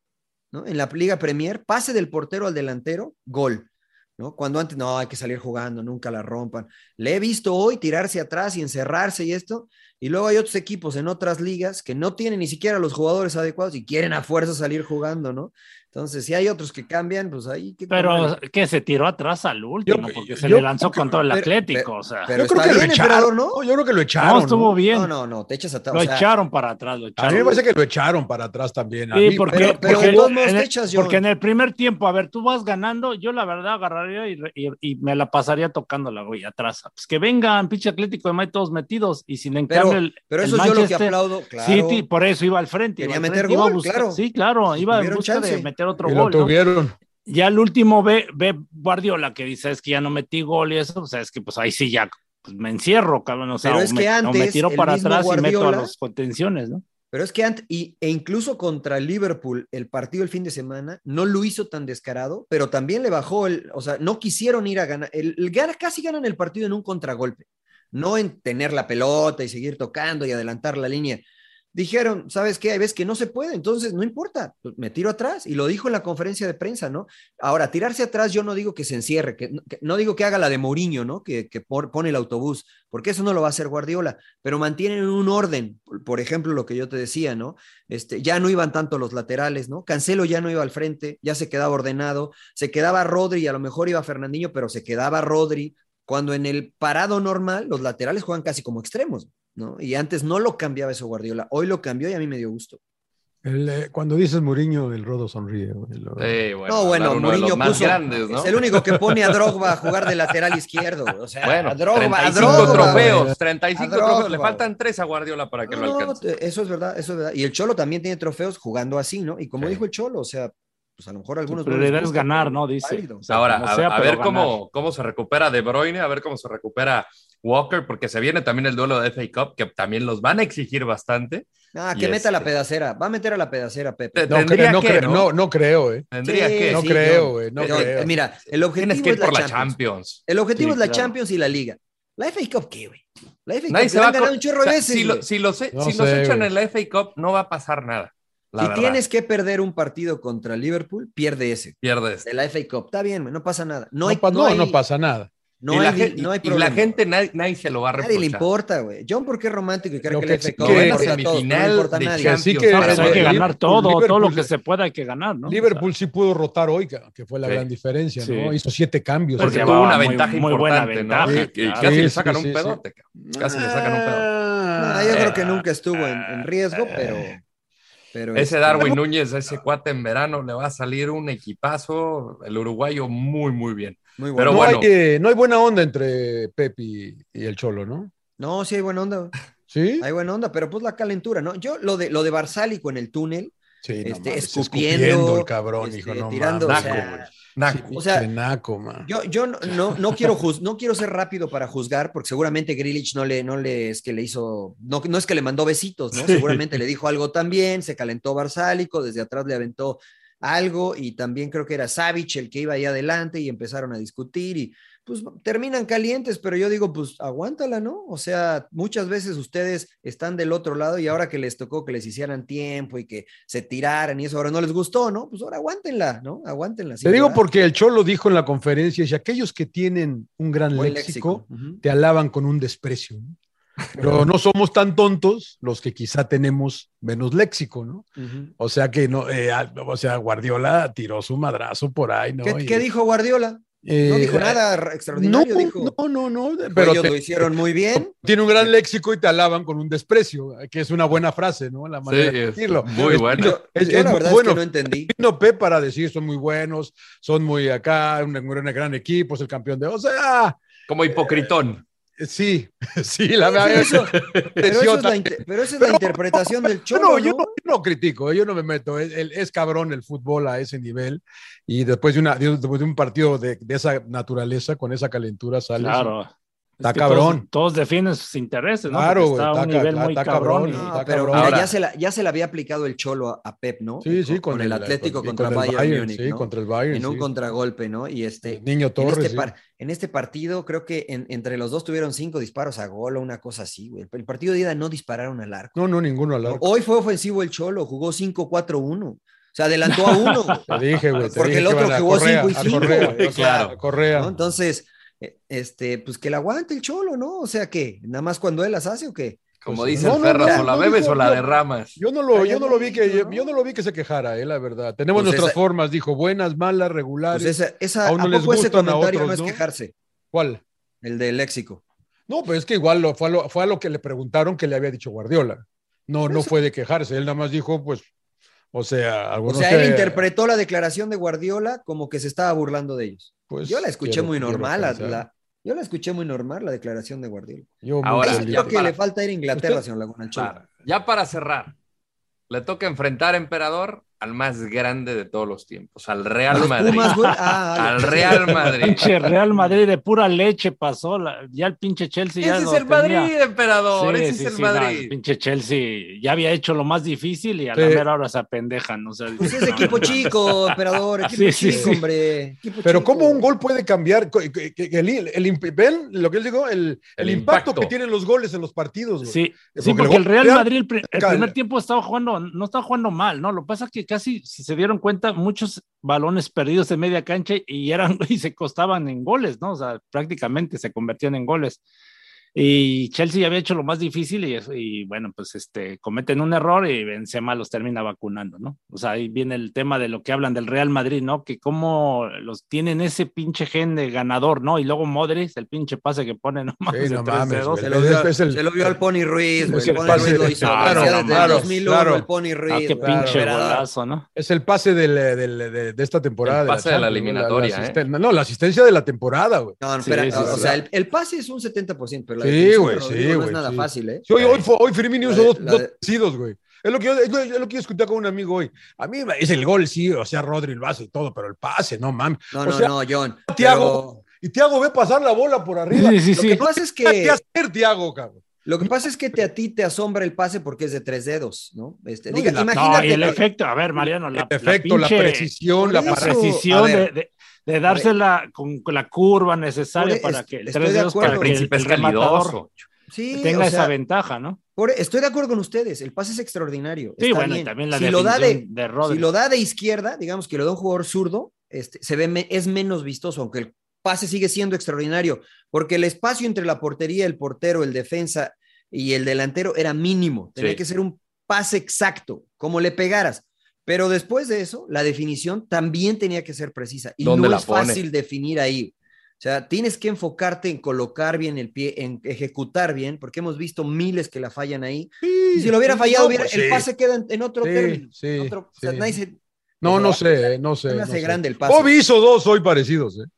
¿no? En la Liga Premier, pase del portero al delantero, gol. ¿no? Cuando antes, no, hay que salir jugando, nunca la rompan. Le he visto hoy tirarse atrás y encerrarse y esto. Y luego hay otros equipos en otras ligas que no tienen ni siquiera los jugadores adecuados y quieren a fuerza salir jugando, ¿no? Entonces, si hay otros que cambian, pues ahí... ¿qué Pero comer? que se tiró atrás al último, porque se yo- le lanzó con todo el pero- Atlético, o sea. pero está bien, emperador, ¿no? Yo creo que lo echaron. No, estuvo ¿no? bien. No, no, no, te echas atrás. Lo o sea, echaron para atrás, lo A echaron. mí me parece que lo echaron para atrás también. A Sí, mí- porque, pero- porque- de todos modos en te el, echas, John. porque en el primer tiempo, a ver, tú vas ganando, yo la verdad agarraría y, re- y- y me la pasaría tocándola, güey, atrás. Pues que vengan, pinche Atlético de Madrid todos metidos y sin en Pero- cambio el, pero el eso es yo lo que Manchester aplaudo, claro. City, por eso iba al frente. Quería iba al meter frente, iba gol, a buscar- claro. Sí, claro, iba en Tuvieron busca de chance. meter otro y lo gol. ¿no? tuvieron. Ya al último ve, ve Guardiola que dice, es que ya no metí gol y eso, o sea, es que pues ahí sí ya pues, me encierro, cabrón, o sea, Pero o es me, que o me antes tiro el para mismo atrás y meto a Guardiola- los contenciones, ¿no? Pero es que antes, y, e incluso contra el Liverpool, el partido el fin de semana, no lo hizo tan descarado, pero también le bajó el, o sea, no quisieron ir a ganar, el, el gana- casi ganan el partido en un contragolpe, no en tener la pelota y seguir tocando y adelantar la línea. Dijeron, ¿sabes qué? Hay veces que no se puede, entonces no importa, pues, me tiro atrás. Y lo dijo en la conferencia de prensa, ¿no? Ahora, tirarse atrás, yo no digo que se encierre, que, que- no digo que haga la de Mourinho, ¿no? Que, que por- pone el autobús, porque eso no lo va a hacer Guardiola, pero mantienen un orden. Por- Por ejemplo, lo que yo te decía, ¿no? Este, ya no iban tanto los laterales, ¿no? Cancelo ya no iba al frente, ya se quedaba ordenado, se quedaba Rodri, y a lo mejor iba Fernandinho, pero se quedaba Rodri, cuando en el parado normal los laterales juegan casi como extremos, ¿no? Y antes no lo cambiaba eso Guardiola, hoy lo cambió y a mí me dio gusto. El, eh, cuando dices Muriño, el rodo sonríe. güey, lo- Sí, bueno, no, bueno, hablar uno de Mourinho los más puso- grandes, ¿no? es el único que pone a Drogba a jugar de lateral izquierdo, güey. o sea, Bueno, a Drogba, a 35 Drogba, güey. trofeos, 35 A Drogba, trofeos. Le güey. faltan tres a Guardiola para que No, lo no, alcance. te- eso es verdad, eso es verdad. Y el Cholo también tiene trofeos jugando así, ¿no? Y como dijo el Cholo, o sea, pues a lo mejor algunos... Pero no la les idea es gusta, ganar, pero ¿no? Dice. válido. O sea, Ahora, como a, sea, a pero ver ganar. cómo, cómo se recupera De Bruyne, a ver cómo se recupera Walker, porque se viene también el duelo de FA Cup, que también los van a exigir bastante. Ah, Y que meta a la este- pedacera, va a meter a la pedacera, Pepe. Te- No, Tendría creo, no, que, creo, ¿no? no, no creo, ¿eh? Tendría Sí, que. No sí, creo, John. güey, no Pero, creo. eh, Mira, el Tienes objetivo que ir es la por la Champions. Champions. El objetivo Sí, es la claro. Champions y la Liga. La FA Cup, ¿qué, güey? La FA Nadie Cup se la va han a ganado co- un chorro o sea, de veces, si, lo- güey. si los, e- No si los sé, echan güey. en la FA Cup, no va a pasar nada. La si verdad. tienes que perder un partido contra Liverpool, pierde ese. Pierdes. De la FA Cup. Está bien, güey, no pasa nada. No, No, hay, pa- no, no, hay- no pasa nada. no y, hay, la di- gente, no hay y la problema. gente, nadie, nadie se lo va a reprochar. Nadie le importa, güey. John, porque es romántico y cree Lo que, que la FA sí Cup que- le importa a todos, no le semifinal importa a de nadie. Que sí Champions. que- Ahora, Ahora, eh, hay que eh, ganar Liverpool- todo, todo lo Liverpool- que se pueda hay que ganar, ¿no? Liverpool sí pudo rotar hoy, que que fue la Sí. gran diferencia, Sí. ¿no? Hizo siete cambios. Porque ¿no? Llevaba tuvo una muy- ventaja muy buena importante, ¿no? ventaja, Y- y claro. casi Sí, le sí, sacan un sí, sí. pedote. cabrón. Casi Ah, le sacan un pedote. No, yo creo que nunca estuvo en, en riesgo, pero. pero Ah, Ese este, Darwin Núñez, ese cuate en verano, le va a salir un equipazo, el uruguayo muy, muy bien. Muy pero bueno. no, bueno. hay, eh, no hay buena onda entre Pepi y el Cholo, ¿no? No, sí hay buena onda, güey. ¿Sí? Hay buena onda, pero pues la calentura, ¿no? Yo lo de lo de Barsálico en el túnel, Sí, no este, mames, escupiendo, el cabrón, este, hijo, no tirando, mames. o sea, güey. Naco, Sí, o pinche sea, naco, man. yo, yo no, no, no quiero juz- no quiero ser rápido para juzgar, porque seguramente Grilich no le, no le es que le hizo, no, no es que le mandó besitos, ¿no? Seguramente le dijo algo también, se calentó Barsálico, desde atrás le aventó algo, y también creo que era Savich el que iba ahí adelante, y empezaron a discutir, y pues terminan calientes, pero yo digo, pues aguántala, ¿no? O sea, muchas veces ustedes están del otro lado y ahora que les tocó que les hicieran tiempo y que se tiraran y eso ahora no les gustó, ¿no? Pues ahora aguántenla, ¿no? Aguántenla. Te digo porque el Cholo dijo en la conferencia, y aquellos que tienen un gran el léxico, te alaban con un desprecio. ¿no? Pero no somos tan tontos los que quizá tenemos menos léxico, ¿no? O sea que no, eh, ah, o sea, Guardiola tiró su madrazo por ahí, ¿no? ¿Qué, Y- eh, qué dijo Guardiola? no dijo nada extraordinario, no, dijo. No, no, no. Pero te- lo hicieron muy bien. Tiene un gran léxico y te alaban con un desprecio, que es una buena frase, ¿no? La manera de es decirlo. muy Es- buena. es- Es, Yo la muy verdad es que bueno. no entendí. Vino Pep para decir son muy buenos, son muy acá, un, un gran equipo, es el campeón de. O sea, Como hipocritón. Eh, sí, sí, la Pero verdad. eso- Pero, eso es la también. inter- pero esa es la interpretación del Yo cholo, no, ¿no? yo, no, yo no critico, ¿eh? yo no me meto. Es, el- es cabrón el fútbol a ese nivel. Y después de, una, de un- después de un partido de, de esa naturaleza, con esa calentura, sales. Claro. Está Es que cabrón. Todos, todos defienden sus intereses, ¿no? Claro, Porque güey, está a un está ca- nivel muy está cabrón. cabrón, y- está Ah, pero cabrón. mira, Ahora- ya, se la, ya se la había aplicado el cholo a, a Pep, ¿no? Sí, sí, con, el Atlético y contra con el Bayern, Bayern, Múnich, sí, ¿no? contra el Bayern, En un sí. contragolpe, ¿no? Y este. Niño En Torres, ¿eh? este, sí. par- en este partido, creo que en- entre los dos tuvieron cinco disparos a gol o una cosa así, güey. El partido de ida no dispararon al arco. No, no, ninguno al arco. Hoy fue ofensivo el Cholo, jugó 5-4-1. Se adelantó a uno. güey. Te dije, güey. te Ah, Porque dije el que otro van a jugó Correa, 5 y a 5. Correa, claro, a Correa. Entonces, eh, este, pues que la aguante el cholo, ¿no? O sea que, nada más cuando él las hace o qué. Como Pues, dice el no, no, Ferras, no, o la no bebes dijo- o la no. derramas. Yo no lo, yo no lo vi que, yo no lo vi que se quejara, eh, la verdad. Tenemos Pues nuestras esa- formas, dijo, buenas, malas, regulares. Pues esa, esa, a uno ¿a les poco ese gustan, a comentario otros, no es ¿no? quejarse? ¿Cuál? El de léxico. No, pero es que igual lo, fue, a lo, fue a lo que le preguntaron que le había dicho Guardiola. No, no fue de quejarse. Él nada más dijo, pues, o sea, O algunos sea, que- él interpretó la declaración de Guardiola como que se estaba burlando de ellos. Pues, yo la escuché quiero- muy quiero normal. la- pensar. la- yo la escuché muy normal, la declaración de Guardiola. Yo muy Ahora, feliz. ya Creo que para- le falta ir a Inglaterra, Usted- señor Laguna, al Cholo. Claro. Ya para cerrar, le toca enfrentar a Emperador al más grande de todos los tiempos, al ¿A Real los Madrid. Pumas, güey? Ah, vale. Al Real Madrid. Pinche Real Madrid de pura leche pasó. la- ya el pinche Chelsea ya Ese es lo el tenía. Madrid, Emperador. Sí, Ese sí, es el sí, no, Madrid. pinche Chelsea ya había hecho lo más difícil y a la Sí. mera hora se apendejan. O sea, Pues es no, equipo no, chico, emperador, equipo Sí, sí, chico, sí. hombre. equipo Pero chico. cómo un gol puede cambiar, Co- que- que- que el, el imp- ven lo que él dijo, el, el El impacto, impacto. que tienen los goles en los partidos. güey. Eh, Sí, Porque sí, el porque gol- el Real Real- Madrid el, pri- el Cal- primer tiempo estaba jugando, no estaba jugando mal, ¿no? Lo que pasa es que casi, si se dieron cuenta, muchos balones perdidos de media cancha y eran y se costaban en goles, ¿no? O sea, prácticamente se convertían en goles. Y Chelsea ya había hecho lo más difícil y, y, bueno, pues este, cometen un error y Benzema los termina vacunando, ¿no? O sea, ahí viene el tema de lo que hablan del Real Madrid, ¿no? Que cómo los tienen ese pinche gen de ganador, ¿no? Y luego Modric, el pinche pase que pone nomás Sí, de no 3 de mames, 2. güey. Se lo, vio, Es el- se lo vio al Pony Ruiz, güey. es El el Pony pase- Ruiz lo hizo. claro, o sea, desde claro, el 2001 claro. el Pony Ruiz. Ah, qué güey, pinche emperador. golazo, ¿no? Es el pase del- del- de, de esta temporada. El pase de la Champions, eliminatoria, ¿eh? asisten- No, la asistencia de la temporada, güey. No, no, Sí, espera, sí, o sí. sea, el, el pase es un 70%, pero la Sí, definición de güey, sí, Rodrigo No es güey, nada sí. fácil, ¿eh? Sí, hoy, hoy, fue- hoy Firmino La hizo de- dos, la dos de- partidos, güey. Es lo que yo, es lo, es lo que yo escuché con un amigo hoy. A mí me- es el gol, sí, o sea, Rodri el vaso y todo, pero el pase, no mames. No, O no, sea, no, John. Thiago- y Tiago ve pasar la bola por arriba. Sí, sí, pero Lo que sí. pasa es ¿Qué que hacer, Tiago, cabrón? lo que pasa es que te, a ti te asombra el pase porque es de tres dedos, ¿no? Este, No, diga, y la- imagínate. No, y el que- efecto, a ver, Mariano, la, El efecto, la, pinche- precisión, por la eso- parada. precisión A de, ver. de, de dársela con, con la curva necesaria Por- para es- que el estoy tres de dedos acuerdo. para El que el, príncipe es el rematador calidoso. sí, tenga o esa sea, ventaja, ¿no? por- e-, estoy de acuerdo con ustedes, el pase es extraordinario. Sí, está bueno, y bien. también la si lo da de, definición de Rodri. Si lo da de izquierda, digamos que lo da un jugador zurdo, este, se ve me- es menos vistoso, aunque el pase sigue siendo extraordinario, porque el espacio entre la portería, el portero, el defensa y el delantero era mínimo. Tenía Sí. que ser un pase exacto, como le pegaras. Pero después de eso, la definición también tenía que ser precisa. Y ¿Dónde no la es pone? fácil definir ahí. O sea, tienes que enfocarte en colocar bien el pie, en ejecutar bien, porque hemos visto miles que la fallan ahí. Y si lo hubiera sí, fallado, no, hubiera- pues sí. el pase queda en, en otro Sí, término. sí, en otro- o sea, sí. nadie se- No, no sé, eh, no sé. Se me no hace sé. grande el pase. Bobby hizo dos hoy parecidos, ¿eh?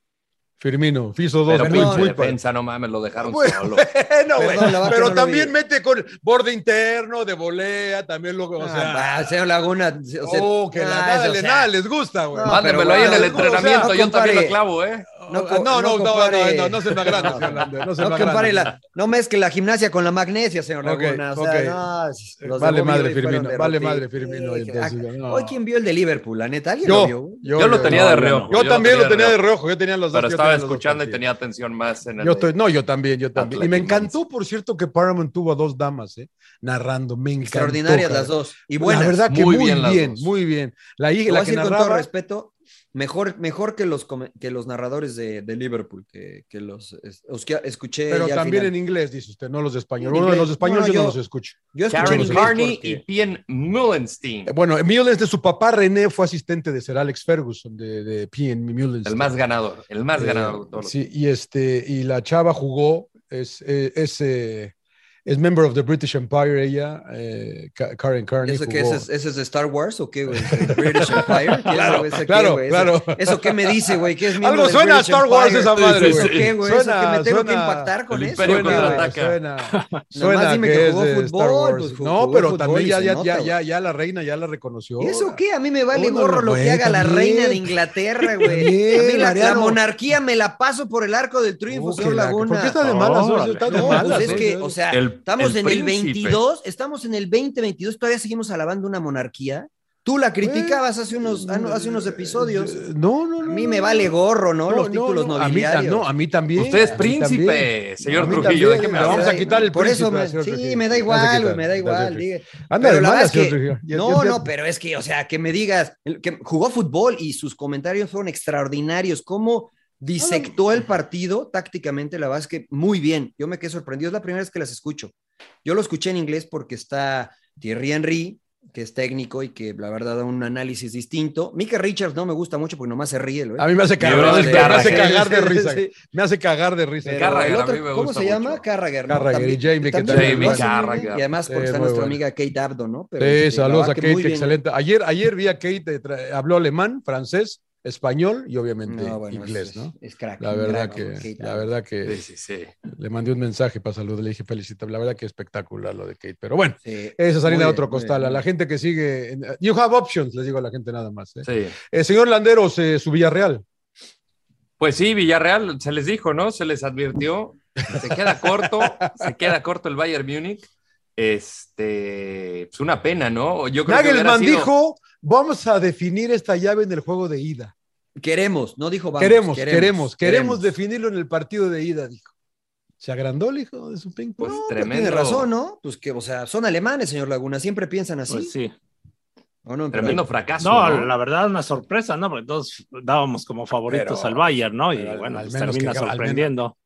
Firmino, hizo dos. Pero muy, pinche muy parecidos. defensa, no mames, lo dejaron Bueno, solo. Bueno, güey, Perdón, la vaca pero no lo también vi. mete con borde interno, de volea, también lo. O sea, Ah, va, señor Laguna. o sea, oh, que la- ah, nada, o le- sea, nada les gusta, güey. No, Mándemelo pero ahí en bueno, el o sea, entrenamiento, no yo también compare. lo clavo, ¿eh? No, co- no, no, no, compare- no, no, no se me agranda, señor Landa, no se me no agranda. compare la, no mezcle la gimnasia con la magnesia, señor Ok, Laguna. O sea, ok. no, los de Vale Bobby madre, hoy fueron Firmino, de vale rutina. madre, Firmino, Sí, entonces, ah, no. Hoy, ¿quién vio el de Liverpool? La neta, ¿alguien lo Yo, vio? yo, Yo lo yo- tenía no, de yo reojo. no. Yo también lo tenía de reojo, yo tenía los dos. yo Pero estaba tenía los dos escuchando y partidos. tenía atención más en el. Yo, de- estoy- no, yo también, yo también. Y me Atlético. encantó, por cierto, que Paramount tuvo a dos damas, ¿eh? Narrando, me encantó. Extraordinarias cabrón. las dos. Y La buenas. verdad que Muy muy, bien las bien, dos. muy bien. La hija, Lo voy a la que decir con todo narraba, respeto, Mejor, mejor que, los, come- que los narradores de, de Liverpool, que, que los es- os que- escuché. Pero ya al también final. en inglés, dice usted, no los de español. En Uno de inglés. los de español No, yo, yo- no los escucho. yo escuché Escucho en los inglés de- porque- y Pien Mullenstein. Eh, Bueno, Mullen de su papá René fue asistente de Sir Alex Ferguson de, de P.N. Mullenstein. El más ganador, el más Eh, ganador de todos los- Sí, y este, y la chava jugó, es, eh, es, eh, es member of the British Empire, ella, eh, Ka- Karen Carney. ¿Eso qué? jugó- ¿Ese es, ese es de Star Wars o qué, güey? ¿De British Empire? ¿Quién Claro, sabe ese qué, claro, güey? claro. ¿Eso, ¿Eso qué me dice, güey? ¿Qué es miembro Algo del suena a British Star Wars Empire? esa madre, ¿Eso güey. qué, güey? ¿Eso Suena- que me tengo que suena- impactar con El eso? Imperio güey? contraataca. Suena- suena dime que que es jugó de Star fútbol, Wars. pues, jugó No, pero fútbol también y ya, se ya, nota, ya, güey. ya, ya la reina ya la reconoció. ¿Y eso qué? A mí me vale Uno gorro lo lo ve que haga la también. reina de Inglaterra, güey. También, A mí la, la Mariano. monarquía me la paso por el arco del triunfo, Oh, que señor la- Laguna. ¿Por qué está de malas? Órale. güey? Está de No, malas, ¿eh? pues es güey. que, o sea, El- estamos el en el príncipe. 22, estamos en el 2022, todavía seguimos alabando una monarquía. Tú la criticabas hace unos, ah, hace unos episodios. No, eh, no, no. A mí me vale gorro, ¿no? Los títulos a mí, nobiliarios. no, a mí también. Usted es a mí príncipe, también. señor A mí Trujillo, ¿de también. qué me Le habla? vamos a quitar el Por eso, príncipe, me- señor sí, Trujillo. me da Le vamos a igual, güey, quitar, me da le vamos a igual. quitar. diga. Anda pero de la verdad malas, es que, señor Trujillo. Ya- no, ya- no, pero es que, o sea, que me digas, el que jugó fútbol y sus comentarios fueron extraordinarios, cómo disectó el partido tácticamente, la verdad es que muy bien, yo me quedé sorprendido, es la primera vez que las escucho. Yo lo escuché en inglés porque está Thierry Henry, que es técnico y que la verdad da un análisis distinto. Mika Richards no me gusta mucho porque nomás se ríe. el güey. A mí me hace cagar, Yo- me hace Carragher. cagar de risa. Sí. Me hace cagar de risa. Pero Carragher, el a otro, mí me ¿Cómo gusta se mucho. llama? Carragher. ¿no? Carragher y También- Jamie, que también también Jamie lo hace muy bien. Carragher. Y además porque Sí, está muy nuestra bueno. amiga Kate Abdo, ¿no? Pero, Sí, este, saludos la a verdad que muy Kate, bien. excelente. Ayer, ayer vi a Kate, eh, tra- habló alemán, francés, español y obviamente No, bueno, es- inglés, es- ¿no? es crack, La un verdad crack, que, Kate la Abdo. verdad que Sí, sí, sí. le mandé un mensaje para saludar, le dije felicita, la verdad que espectacular lo de Kate, pero bueno, Sí, esa muy salida de bien, otro muy costal, bien. a la gente que sigue, en- eh, you have options, les digo a la gente nada más. ¿eh? Sí. Eh, señor Landeros, eh, su Villarreal, Pues sí, Villarreal, se les dijo, ¿no? Se les advirtió. Se queda corto, se queda corto el Bayern Múnich. Este, es una pena, ¿no? Yo creo que hubiera Nagelman sido- dijo, vamos a definir esta llave en el juego de ida. Queremos, no dijo vamos. queremos, queremos, queremos, definirlo en el partido de ida, dijo. Se agrandó el hijo de su ping Pues No, pero tremendo. Tiene razón, ¿no? Pues que, o sea, son alemanes, señor Laguna, siempre piensan así. Pues sí. ¿O no? Tremendo fracaso. No, ¿no? la verdad, una sorpresa, ¿no? Porque todos dábamos como favoritos Pero- al Bayern, ¿no? Y pero al- bueno, al pues menos termina que- al menos- sorprendiendo.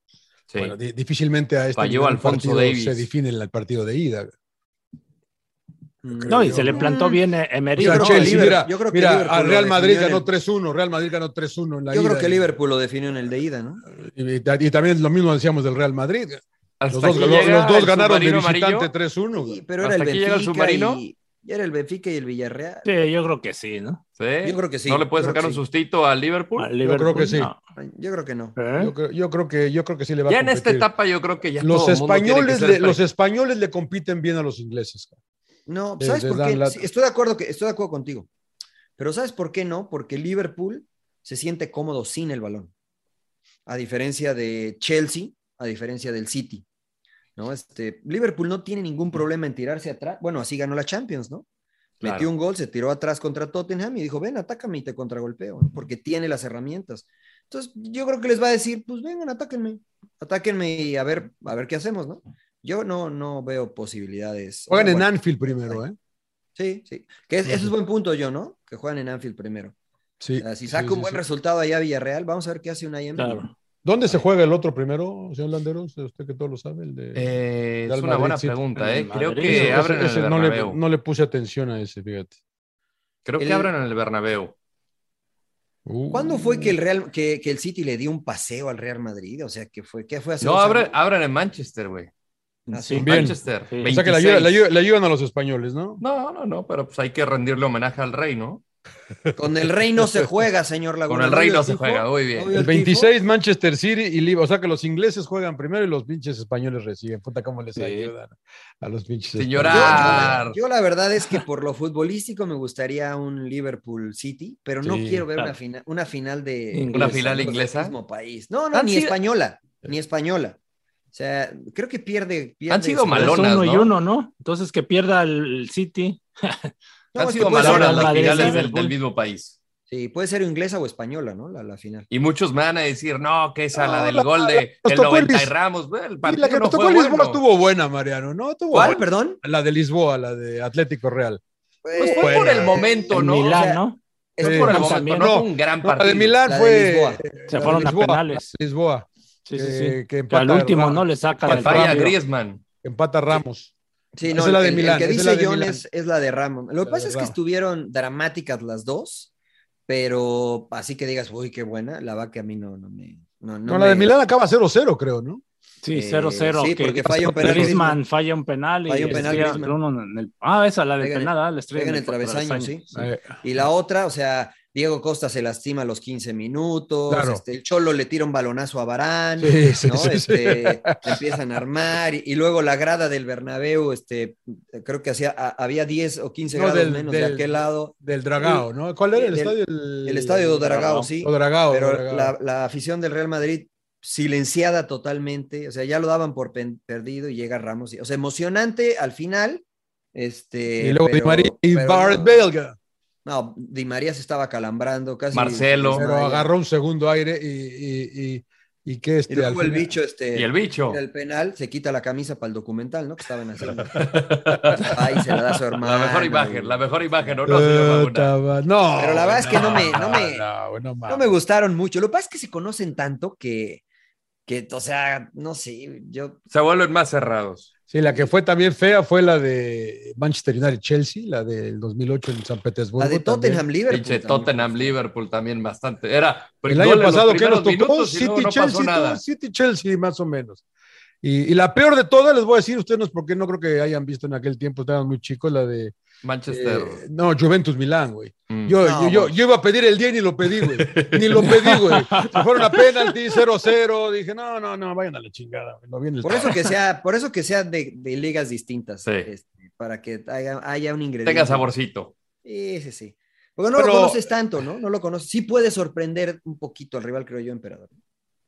Sí. Bueno, di- difícilmente a este Falló nivel Alfonso partido Davis. se define el, el partido de ida. No, y se le plantó bien eh, O Emery. sea, ¿no? Chelsea, Y- Liverpool- mira, Mm. yo creo que mira, Liverpool al lo Real definió Madrid en ganó el- 3-1, Real Madrid ganó 3-1 en la Yo ida. creo que y- Liverpool lo definió en el de ida, ¿no? Y, y- y también lo mismo decíamos del Real Madrid. Hasta Los dos, aquí los- llega los dos el ganaron de submarino amarillo. visitante 3-1. Sí, güey. pero era ¿Hasta el aquí llega Benfica el submarino? y y era el Benfica y el Villarreal. Sí, yo creo que sí, ¿no? Sí. Yo creo que sí, ¿No le puede yo creo sacar que un sí. sustito al Liverpool? Al Yo creo que Liverpool, sí. no. Yo creo que no. ¿Eh? Yo, creo, yo creo que, yo creo que sí le va Ya a en esta competir. etapa yo creo que ya los todo el mundo tiene que españoles, ser le, los español. españoles le compiten bien a los ingleses. No, Les- ¿sabes les por dan qué? lata. Sí, estoy de acuerdo que estoy de acuerdo contigo. Pero ¿sabes por qué no? Porque Liverpool se siente cómodo sin el balón. A diferencia de Chelsea, a diferencia del City. ¿No? Este, Liverpool no tiene Mm. ningún problema en tirarse atrás. Bueno, así ganó la Champions, ¿no? Claro. Metió un gol, se tiró atrás contra Tottenham y dijo, "Ven, atácame y te contragolpeo", ¿no? porque tiene las herramientas. Entonces, yo creo que les va a decir, "Pues vengan, atáquenme. Atáquenme y a ver, a ver qué hacemos", ¿no? Yo no no veo posibilidades. Juegan Bueno, en Anfield primero, ¿eh? Sí, sí. Que es, ese es buen punto yo, ¿no? Que juegan en Anfield primero. O Sí. sea, si sí, saca sí, un buen sí. resultado allá a Villarreal, vamos a ver qué hace un IM. Claro. ¿Dónde se juega el otro primero, señor Landeros? Usted que todo lo sabe. El de... Eh, Real es una Madrid, buena sí. pregunta, ¿eh? Creo Madrid. que Ese- abren en ese el no, Bernabéu. le, no le puse atención a ese, fíjate. Creo que El- abren en el Bernabéu. Uh. ¿Cuándo fue que el Real, que, que el City le dio un paseo al Real Madrid? O sea, que fue, ¿qué fue hace No, dos abren, años? abren en Manchester, güey. Ah, Sí. sí. Bien. Manchester. Sí. O sea que le 26. ayudan, le ayudan- le ayudan a los españoles, ¿no? No, no, no, pero pues hay que rendirle homenaje al rey, ¿no? Con el rey no se juega, señor Laguna. Con el ¿No rey vio no se tifo? juega, muy bien. ¿No vio El tifo? 26 Manchester City y Liverpool. O sea que los ingleses juegan primero y los pinches españoles reciben. Puta, cómo les Sí. ayudan a los pinches Sin Yo, yo españoles. la, yo la verdad es que por lo futbolístico me gustaría un Liverpool City, pero no Sí, quiero ver claro. una, fina- una final de Una final ambos del inglesa. mismo país. No, no, Han ni sido- española, ni española. O sea, creo que pierde. pierde Han sido España. Pero es malonas, uno y ¿no? uno, ¿no? Entonces que pierda el City. No, Han es que sido puede ser malonas el ser- las Madrid, finales del, Liverpool. del mismo país. Sí, puede ser inglesa o española, ¿no? La, la final. Y muchos me van a decir, no, que esa, la No, del la- gol de nos el tocó el 90 y Lis- Ramos. güey, El Y la partido que no nos tocó fue en Lisboa bueno. estuvo buena, Mariano, ¿no? Estuvo ¿Cuál, buena. perdón? La de Lisboa, la de Atlético Real. Pues fue Bueno. por el momento, El ¿no? O Milán, sea, ¿no? Es por el momento, no fue un gran la de partido. Milán La de fue. Lisboa. eh, Se la fueron de a Lisboa, penales. Lisboa. Sí, que- sí, Eh, sí. que Que empata al último Ramos. no le sacan Que el cambio. que Empata Ramos. Sí, Esa no, es la de el, el Milán, que esa es dice la de John Milán. es, es la de Ramos. Lo que La pasa de es que Ramos. estuvieron dramáticas las dos, pero así que digas, uy, qué buena, la va que a mí no, no me... No, no No, la de me- Milán acaba 0-0, creo, ¿no? Sí, Eh, 0-0. sí, que porque falla un penal Griezmann Griezmann. falla un penal. y Falla un penal estrella Griezmann. uno en el- ah, esa, la del Pega en- penal. ah, la estrella pega en en el travesaño, sí. sí. Eh, Y la otra, o sea, Diego Costa se lastima a los 15 minutos, Claro. este, el Cholo le tira un balonazo a Barán, Sí, sí, ¿no? sí, sí. Este, le empiezan a armar, y, y luego la grada del Bernabéu, este, creo que hacía, a- había 10 o 15 No, grados del- menos de del- aquel lado. Del Dragao, ¿no? ¿Cuál era el estadio? El, El, estadio Dragao, sí. O Dragao. pero o Dragao. La, la afición del Real Madrid silenciada totalmente, o sea, ya lo daban por pen- perdido y llega Ramos. y- O sea, emocionante al final. Este, y luego Di pero- María y pero Bart no. Belga. No, Di María se estaba calambrando casi. Pero agarró un segundo aire y, y, y, y que este. Y luego al el final- bicho, este. tira El penal, se quita la camisa para el documental, ¿no? Que estaban haciendo. Ay, se la da a su hermano. La mejor y- imagen, la mejor imagen, ¿o no, señor Laguna? Puta, No. Pero la verdad es que no me, no me, no, no me gustaron mucho. Lo que pasa es que se conocen tanto que, que, o sea, no sé, yo. Se vuelven más cerrados. Sí, la que fue también fea fue la de Manchester United Chelsea, la del 2008 en San Petersburgo. también. Pinche Tottenham Liverpool también bastante. Era El año pasado, ¿qué nos tocó? City Chelsea, todo City Chelsea, más o menos. Y, y la peor de todas, les voy a decir, ustedes no es porque no creo que hayan visto en aquel tiempo, estaban muy chicos, la de. Manchester. eh, no, Juventus Milán, güey. Mm. Yo, No, yo, yo, bueno. yo iba a pedir el día y ni lo pedí, güey. Ni lo pedí, güey. Se fueron a penalti, 0-0. Dije, no, no, no, vayan a la chingada, güey. No viene el Por eso que sea, por eso que sea de, de ligas distintas. este, para que haya, haya un ingrediente. Tenga saborcito. eh, Sí, sí, sí. Porque no Pero- lo conoces tanto, ¿no? No lo conoces. Sí puede sorprender un poquito al rival, creo yo, emperador.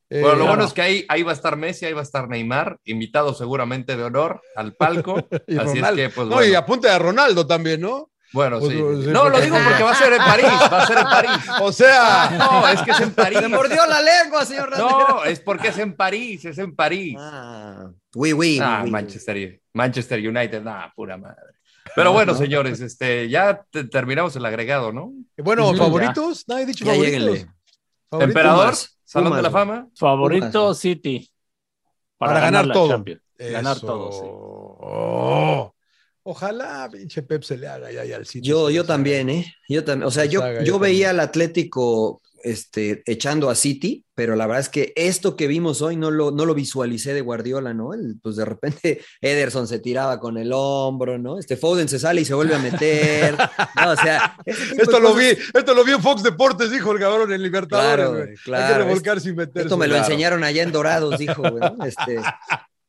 bueno, Eh, lo claro. bueno es que ahí, ahí va a estar Messi, ahí va a estar Neymar, invitado seguramente de honor al palco. ah, Y Así es Ronaldo. que, pues no, bueno. y apunte a Ronaldo también, ¿no? Bueno, Pues, sí. pues, sí, No, lo porque- digo porque va a ser en París, va a ser en París. O sea. No, es que es en París. Se mordió la lengua, señor No, es porque es en París, es en París. Ah, Oui, oui, Ah, oui, oui. Manchester, Manchester United, ah, pura madre. Pero bueno, señores, este, ya te- terminamos el agregado, ¿no? Bueno, Ujú, favoritos, nadie ha dicho Ya favoritos. lléguenle. Favoritos. Emperador, Pumas, Salón de la Pumas. Fama. Favorito City. Para ganar la todo. Champions. Ganar Eso. todo, sí. Oh. Ojalá pinche Pep se le haga ya, ya al Yo, sitio. yo también, ¿eh? Yo también. O sea, yo, Saga, yo yo veía al Atlético este, echando a City, pero la verdad es que esto que vimos hoy no lo, no lo visualicé de Guardiola, ¿no? El- pues de repente Ederson se tiraba con el hombro, ¿no? Este Foden se sale y se vuelve a meter. No, o sea, ese tipo de Pues, Esto lo, cosas- vi, esto lo vi en Fox Deportes, dijo el cabrón en Libertadores. Claro, güey. claro. Hay que revolcar Esto- sin meterse. Esto me lo Claro. enseñaron allá en Dorados, dijo, güey, ¿no? Este,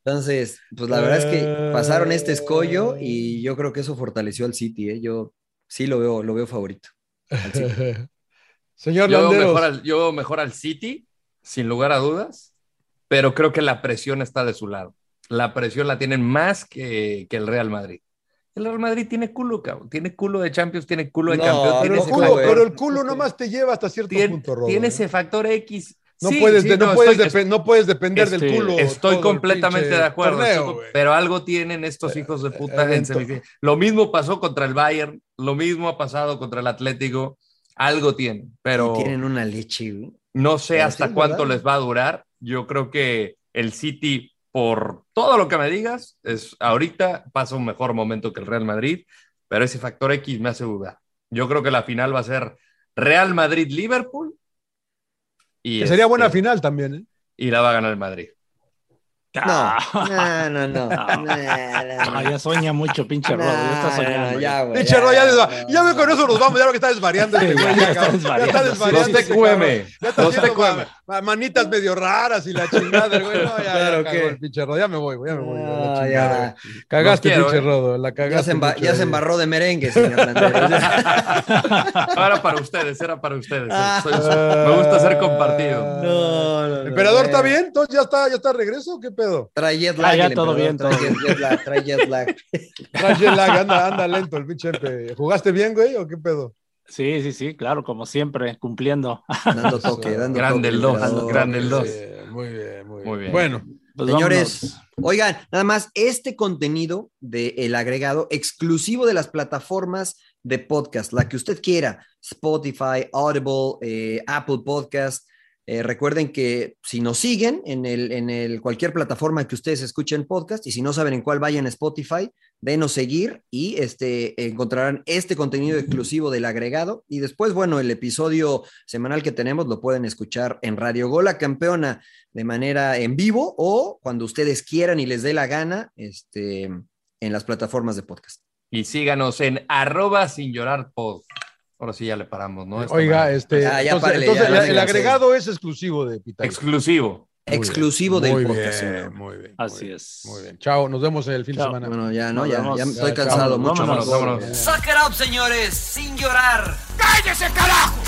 entonces, pues la verdad es que pasaron este escollo y yo creo que eso fortaleció al City, ¿eh? Yo sí lo veo, lo veo favorito. al City. Señor Yo veo, Landeros. mejor al, yo veo mejor al City, sin lugar a dudas, pero creo que la presión está de su lado. La presión la tienen más que, que el Real Madrid. El Real Madrid tiene culo, cabrón. Tiene culo de Champions, tiene culo de No, campeón. pero, tiene ese culo- factor- pero el Este. culo nomás te lleva hasta cierto Tien- punto, Rodo. ¿eh? tiene ese factor X. No, Sí, puedes, sí, de- no, no, puedes estoy- depe- no puedes depender del Este, culo. Estoy todo el completamente pinche de acuerdo. torneo, estoy- güey. eh, pero algo tienen estos hijos de puta en ento- semifinales. Lo mismo pasó contra el Bayern, lo mismo ha pasado contra el Atlético. Algo tienen, pero Y tienen una leche, güey. no sé Pero hasta sí, cuánto ¿verdad? les va a durar. Yo creo que el City, por todo lo que me digas, es ahorita pasa un mejor momento que el Real Madrid, pero ese factor X me hace dudar. Yo creo que la final va a ser Real Madrid-Liverpool y, Que sería este, buena final también, ¿eh? y la va a ganar el Madrid. No, no, no, no. Ah, ya sueña mucho, pinche Rodo. Ya está soñando. no, ya. ya, güey, Pinche Rodo, ya, desva- ya güey, con eso nos vamos, ya lo que está desvariando. este Sí, güey, ya ya, está cabrón. desvariando, Ya está sí, desvariando. sí, sí, ese sí, cabrón. cueme. Ya está No te haciendo cueme. ma- ma- manitas medio raras y la chingada, güey. No, ya, ya cagó el pinche Rodo. Ya me voy, güey, ya me voy. güey, la Ah, chingada, ya. güey. Cagaste, No quiero, pinche eh. Rodo. La cagaste. Ya se, emba- pinche ya se Rodo. embarró de merengue, señor Landeros. Ahora para ustedes, era para ustedes. Ah. Soy- me gusta ser compartido. ¿Emperador está bien? Entonces ya está, ya está de regreso, ¿qué pedo? Trae jet Ah, lag. ya el todo emperador, bien, todo trae bien. jet- jet lag, trae jet lag. Trae jet lag, anda, anda lento el pinche Empe. ¿Jugaste bien, güey, o qué pedo? Sí, sí, sí, claro, como siempre, cumpliendo. Dando toque, dando toque, Grande el dos, dando toque. grande el dos. Muy bien, muy bien. Muy bien. Bueno, Pues Señores, oigan, nada más este contenido del El agregado exclusivo de las plataformas de podcast, la que usted quiera, Spotify, Audible, eh, Apple Podcast. Eh, recuerden que si nos siguen en, el, en el, cualquier plataforma que ustedes escuchen podcast y si no saben en cuál vayan a Spotify, denos seguir y este, encontrarán este contenido exclusivo del agregado. Y después, bueno, el episodio semanal que tenemos lo pueden escuchar en Radio Gola Campeona de manera en vivo o cuando ustedes quieran y les dé la gana este, en las plataformas de podcast. Y síganos en arroba sin llorar pod. Ahora sí ya le paramos, ¿no? Esta Oiga, manera. este. Ah, ya entonces, párale, entonces, ya, la- no el digas agregado es exclusivo de Pitaya. Exclusivo. Muy Exclusivo bien, del muy podcast. bien, señor. muy bien. Así es. Muy bien. Chao, nos vemos el fin de semana. Bueno, ya, no, Nos ya, vemos. ya estoy chao. Pues cansado, mucho Vámonos, más. vámonos. Suck it up, señores, sin llorar. ¡Cállese, carajo!